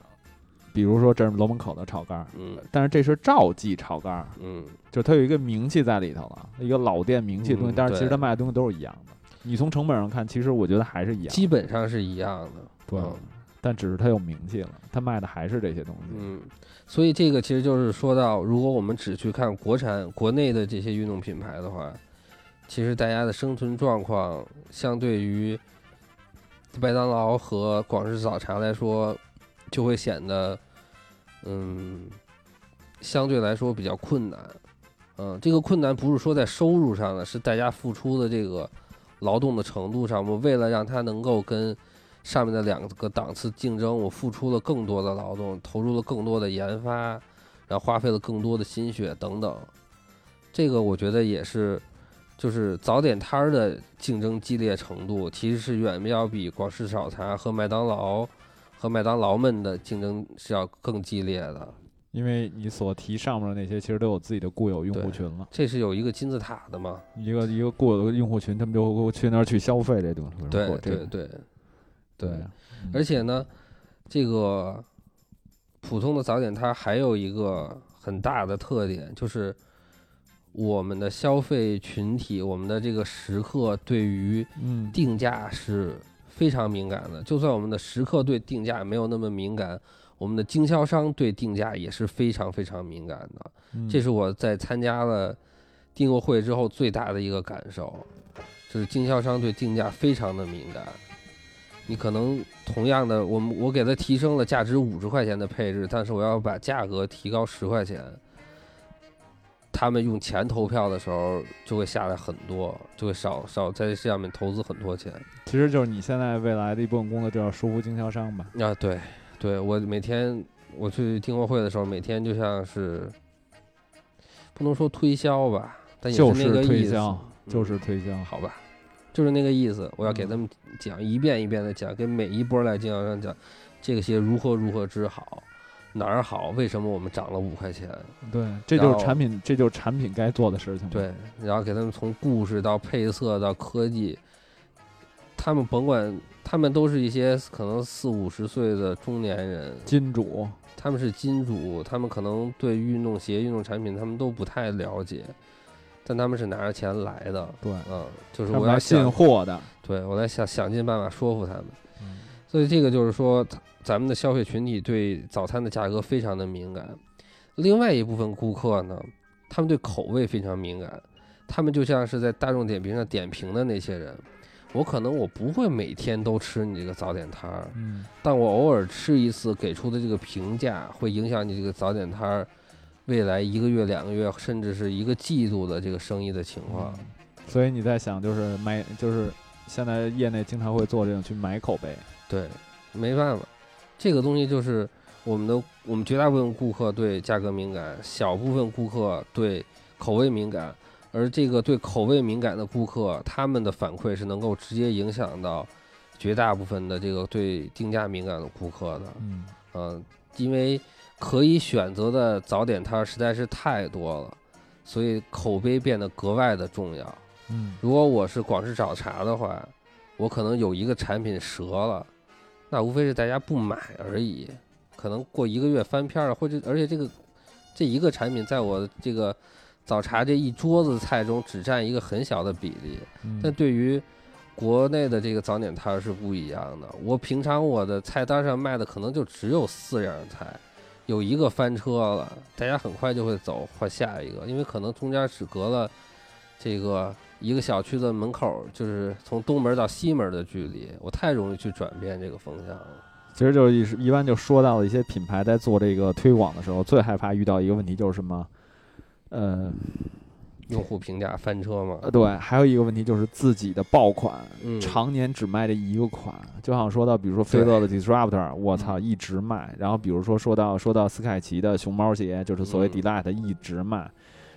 [SPEAKER 1] 比如说这是楼门口的炒肝儿，
[SPEAKER 2] 嗯
[SPEAKER 1] 但是这是赵记炒肝儿，
[SPEAKER 2] 嗯，
[SPEAKER 1] 就是它有一个名气在里头了，一个老店名气的东西，
[SPEAKER 2] 嗯
[SPEAKER 1] 但是其实
[SPEAKER 2] 对
[SPEAKER 1] 它卖的东西都是一样的。你从成本上看，其实我觉得还是一样，
[SPEAKER 2] 基本上是一样的。
[SPEAKER 1] 对
[SPEAKER 2] 嗯，
[SPEAKER 1] 但只是它有名气了，它卖的还是这些东西。
[SPEAKER 2] 嗯，所以这个其实就是说到，如果我们只去看国产国内的这些运动品牌的话，其实大家的生存状况相对于麦当劳和广式早茶来说，就会显得，嗯，相对来说比较困难。嗯，这个困难不是说在收入上的，是大家付出的这个劳动的程度上。我为了让它能够跟上面的两个档次竞争，我付出了更多的劳动，投入了更多的研发，然后花费了更多的心血等等。这个我觉得也是，就是早点摊儿的竞争激烈程度，其实是远要比广式早茶和麦当劳和麦当劳们的竞争是要更激烈的。
[SPEAKER 1] 因为你所提上面的那些，其实都有自己的固有用户
[SPEAKER 2] 对
[SPEAKER 1] 群了，
[SPEAKER 2] 这是有一个金字塔的嘛？
[SPEAKER 1] 一个一个固有的用户群，他们就会去那儿去消费这东西。
[SPEAKER 2] 对
[SPEAKER 1] 嗯我这
[SPEAKER 2] 对对对，
[SPEAKER 1] 嗯
[SPEAKER 2] 而且呢，这个普通的早点摊还有一个很大的特点，就是我们的消费群体，我们的这个食客对于
[SPEAKER 1] 嗯，
[SPEAKER 2] 定价是非常敏感的。就算我们的食客对定价没有那么敏感，我们的经销商对定价也是非常非常敏感的。
[SPEAKER 1] 嗯
[SPEAKER 2] 这是我在参加了订购会之后最大的一个感受，就是经销商对定价非常的敏感。你可能同样的，我们我给他提升了价值五十块钱的配置，但是我要把价格提高十块钱。他们用钱投票的时候，就会下来很多，就会少少在这上面投资很多钱
[SPEAKER 1] 其实就是你现在未来的一部分工作，就要说服经销商吧。
[SPEAKER 2] 啊！对，对我每天我去订货会的时候，每天就像是不能说推销吧，但也
[SPEAKER 1] 就是
[SPEAKER 2] 那个
[SPEAKER 1] 是
[SPEAKER 2] 意
[SPEAKER 1] 推
[SPEAKER 2] 思，
[SPEAKER 1] 销，
[SPEAKER 2] 嗯
[SPEAKER 1] 就是嗯推销。
[SPEAKER 2] 好吧，就是那个意思。我要给他们讲一遍一遍的讲，给每一波来经销商讲，这个鞋如何如何之好，哪儿好，为什么我们涨了五块钱？
[SPEAKER 1] 对，这
[SPEAKER 2] 然
[SPEAKER 1] 就
[SPEAKER 2] 后
[SPEAKER 1] 是产品，这就是产品该做的事情。
[SPEAKER 2] 对，，然后给他们从故事到配色到科技，他们甭管，他们都是一些可能四五十岁的中年人，
[SPEAKER 1] 金主，
[SPEAKER 2] 他们是金主，他们可能对运动鞋、运动产品他们都不太了解，但他们是拿着钱来的，
[SPEAKER 1] 对，
[SPEAKER 2] 嗯，就是
[SPEAKER 1] 他
[SPEAKER 2] 我
[SPEAKER 1] 们
[SPEAKER 2] 要
[SPEAKER 1] 来
[SPEAKER 2] 想
[SPEAKER 1] 进货的。
[SPEAKER 2] 对我在想想尽办法说服他们。
[SPEAKER 1] 嗯
[SPEAKER 2] 所以这个就是说，他咱们的消费群体对早餐的价格非常的敏感。另外一部分顾客呢，他们对口味非常敏感，他们就像是在大众点评上点评的那些人。我可能我不会每天都吃你这个早点摊儿，
[SPEAKER 1] 嗯，
[SPEAKER 2] 但我偶尔吃一次，给出的这个评价会影响你这个早点摊儿未来一个月、两个月，甚至是一个季度的这个生意的情况。
[SPEAKER 1] 嗯所以你在想，就是买，就是现在业内经常会做这种去买口碑。
[SPEAKER 2] 对，没办法，这个东西就是我们的，我们绝大部分顾客对价格敏感，小部分顾客对口味敏感，而这个对口味敏感的顾客，他们的反馈是能够直接影响到绝大部分的这个对定价敏感的顾客的。
[SPEAKER 1] 嗯，
[SPEAKER 2] 嗯，因为可以选择的早点摊儿实在是太多了，所以口碑变得格外的重要。
[SPEAKER 1] 嗯，
[SPEAKER 2] 如果我是广式早茶的话，我可能有一个产品折了，那无非是大家不买而已。可能过一个月翻篇儿了，或者而且这个这一个产品在我这个早茶这一桌子菜中只占一个很小的比例。
[SPEAKER 1] 嗯
[SPEAKER 2] 但对于国内的这个早点摊儿是不一样的。我平常我的菜单上卖的可能就只有四样菜，有一个翻车了，大家很快就会走换下一个，因为可能中间只隔了这个一个小区的门口，就是从东门到西门的距离，我太容易去转变这个风向了。
[SPEAKER 1] 其实就是一时一般就说到了一些品牌在做这个推广的时候，最害怕遇到一个问题就是什么？呃，
[SPEAKER 2] 用户评价翻车嘛，
[SPEAKER 1] 呃对，还有一个问题就是自己的爆款
[SPEAKER 2] 嗯，
[SPEAKER 1] 常年只卖这一个款，就好像说到，比如说飞乐的 Disruptor，我
[SPEAKER 2] 嗯
[SPEAKER 1] 操，一直卖。然后比如说说到说到斯凯奇的熊猫鞋，就是所谓
[SPEAKER 2] 嗯
[SPEAKER 1] Delight 一直卖。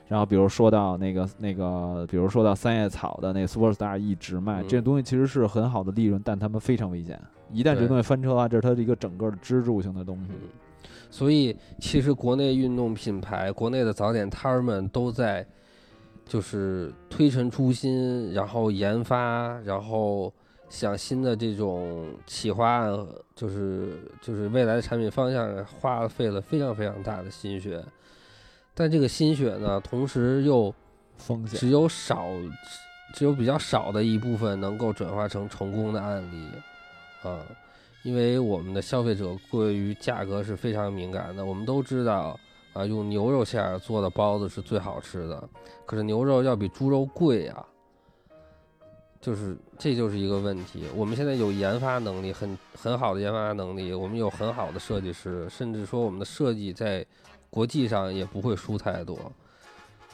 [SPEAKER 1] 然后比如说到那个那个，比如说到三叶草的那个 Superstar 一直卖，
[SPEAKER 2] 嗯
[SPEAKER 1] 这东西其实是很好的利润，但他们非常危险。一旦这
[SPEAKER 2] 对
[SPEAKER 1] 东西翻车的话，这是它的一个整个的支柱性的东西。
[SPEAKER 2] 嗯，所以其实国内运动品牌、国内的早点摊儿们都在，就是推陈出新，然后研发，然后想新的这种企划案，就是就是未来的产品方向，花费了非常非常大的心血。但这个心血呢，同时又
[SPEAKER 1] 风险
[SPEAKER 2] 只有少，只有比较少的一部分能够转化成成功的案例，啊，因为我们的消费者对于价格是非常敏感的。我们都知道啊，用牛肉馅儿做的包子是最好吃的，可是牛肉要比猪肉贵啊，就是这就是一个问题。我们现在有研发能力，很很好的研发能力，我们有很好的设计师，甚至说我们的设计在国际上也不会输太多。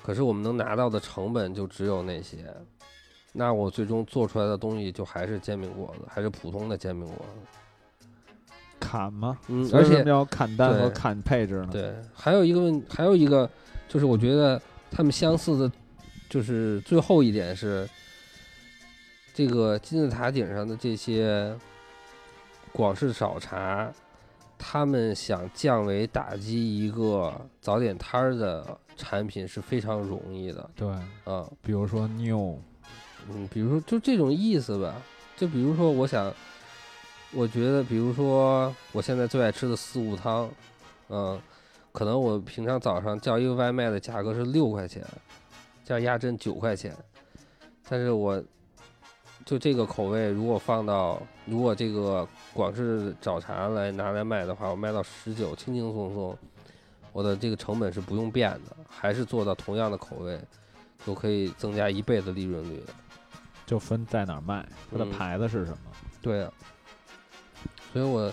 [SPEAKER 2] 可是我们能拿到的成本就只有那些，那我最终做出来的东西就还是煎饼果子，还是普通的煎饼果子。
[SPEAKER 1] 砍嘛，
[SPEAKER 2] 嗯，
[SPEAKER 1] 所以
[SPEAKER 2] 而
[SPEAKER 1] 为
[SPEAKER 2] 且
[SPEAKER 1] 什么要砍单和
[SPEAKER 2] 对
[SPEAKER 1] 砍配置呢？
[SPEAKER 2] 对，还有一个问，还有一个就是，我觉得他们相似的，就是最后一点是，这个金字塔顶上的这些广式早茶，他们想降维打击一个早点摊儿的产品是非常容易的
[SPEAKER 1] 对，
[SPEAKER 2] 啊，
[SPEAKER 1] 比如说 new，
[SPEAKER 2] 嗯，比如说就这种意思吧，就比如说我想，我觉得比如说我现在最爱吃的四物汤，嗯，可能我平常早上叫一个外卖的价格是六块钱，叫鸭胗九块钱，但是我就这个口味，如果放到如果这个广式早茶来拿来卖的话，我卖到十九，轻轻松松，我的这个成本是不用变的，还是做到同样的口味，就可以增加一倍的利润率。
[SPEAKER 1] 就分在哪儿卖，它的
[SPEAKER 2] 嗯
[SPEAKER 1] 牌子是什么。
[SPEAKER 2] 对啊，所以我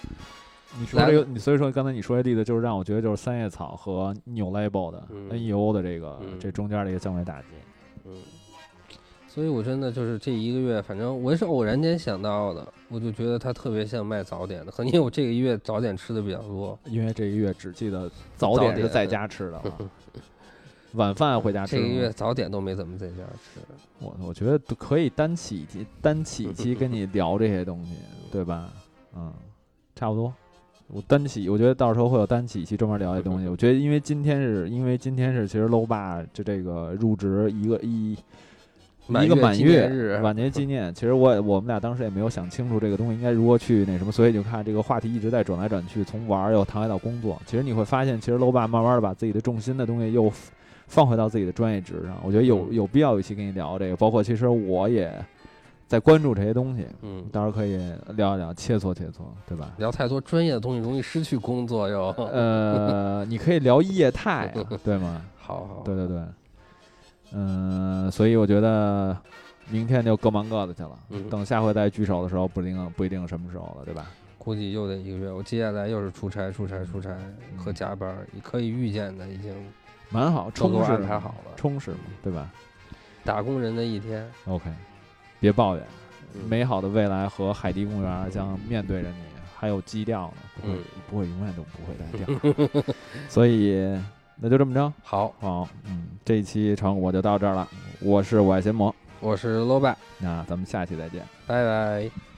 [SPEAKER 1] 你说这个，你所以说刚才你说这例子，就是让我觉得就是三叶草和 New Label 的
[SPEAKER 2] 嗯
[SPEAKER 1] NEO 的这个
[SPEAKER 2] 嗯
[SPEAKER 1] 这中间的一个降维打击。
[SPEAKER 2] 嗯，所以我真的就是这一个月，反正我也是偶然间想到的，我就觉得它特别像卖早点的，可能因为我这个月早点吃的比较多，
[SPEAKER 1] 因为这一月只记得早
[SPEAKER 2] 早
[SPEAKER 1] 点是
[SPEAKER 2] 点
[SPEAKER 1] 在家吃的 啊，晚饭回家啊吃
[SPEAKER 2] 这
[SPEAKER 1] 吗。
[SPEAKER 2] 个月早点都没怎么在家吃。
[SPEAKER 1] 我我觉得都可以单起一期单起一期跟你聊这些东西，对吧？嗯，差不多。我单起，我觉得到时候会有单起一期专门聊这东西。我觉得因为今天是因为今天是其实 low 爸就这个入职一个一
[SPEAKER 2] 满
[SPEAKER 1] 一个
[SPEAKER 2] 月
[SPEAKER 1] 满
[SPEAKER 2] 纪
[SPEAKER 1] 月
[SPEAKER 2] 念 日
[SPEAKER 1] 晚年纪念。其实我我们俩当时也没有想清楚这个东西应该如何去那什么，所以就看这个话题一直在转来转去，从玩儿又谈回到工作。其实你会发现，其实 low 爸慢慢的把自己的重心的东西又放回到自己的专业值上。我觉得有
[SPEAKER 2] 嗯
[SPEAKER 1] 有必要有一期跟你聊这个，包括其实我也在关注这些东西，
[SPEAKER 2] 嗯，
[SPEAKER 1] 到时候可以聊一聊，切磋切磋，对吧？
[SPEAKER 2] 聊太多专业的东西容易失去工作哟。
[SPEAKER 1] 呃，你可以聊业态啊、对吗？
[SPEAKER 2] 好好，
[SPEAKER 1] 对对对，嗯、所以我觉得明天就各忙各的去了。
[SPEAKER 2] 嗯
[SPEAKER 1] 等下回再聚首的时候，不一定不一定什么时候了，对吧？
[SPEAKER 2] 估计又得一个月，我接下来又是出差、出差、出差和加班儿，你可以预见的，已经
[SPEAKER 1] 蛮好，
[SPEAKER 2] 都给
[SPEAKER 1] 充
[SPEAKER 2] 我
[SPEAKER 1] 实
[SPEAKER 2] 安排
[SPEAKER 1] 嘛
[SPEAKER 2] 好了。
[SPEAKER 1] 充实嘛，对吧
[SPEAKER 2] 打工人的一天，
[SPEAKER 1] ？OK，别抱怨，
[SPEAKER 2] 嗯
[SPEAKER 1] 美好的未来和海底公园将面对着你，还有基调呢，不会、
[SPEAKER 2] 嗯
[SPEAKER 1] 不会永远都不会再 掉，所以那就这么着，
[SPEAKER 2] 好，
[SPEAKER 1] 好，嗯，这一期成我就到这儿了，我是我爱贤魔，
[SPEAKER 2] 我是罗爸，
[SPEAKER 1] 那咱们下期再见。
[SPEAKER 2] 拜拜。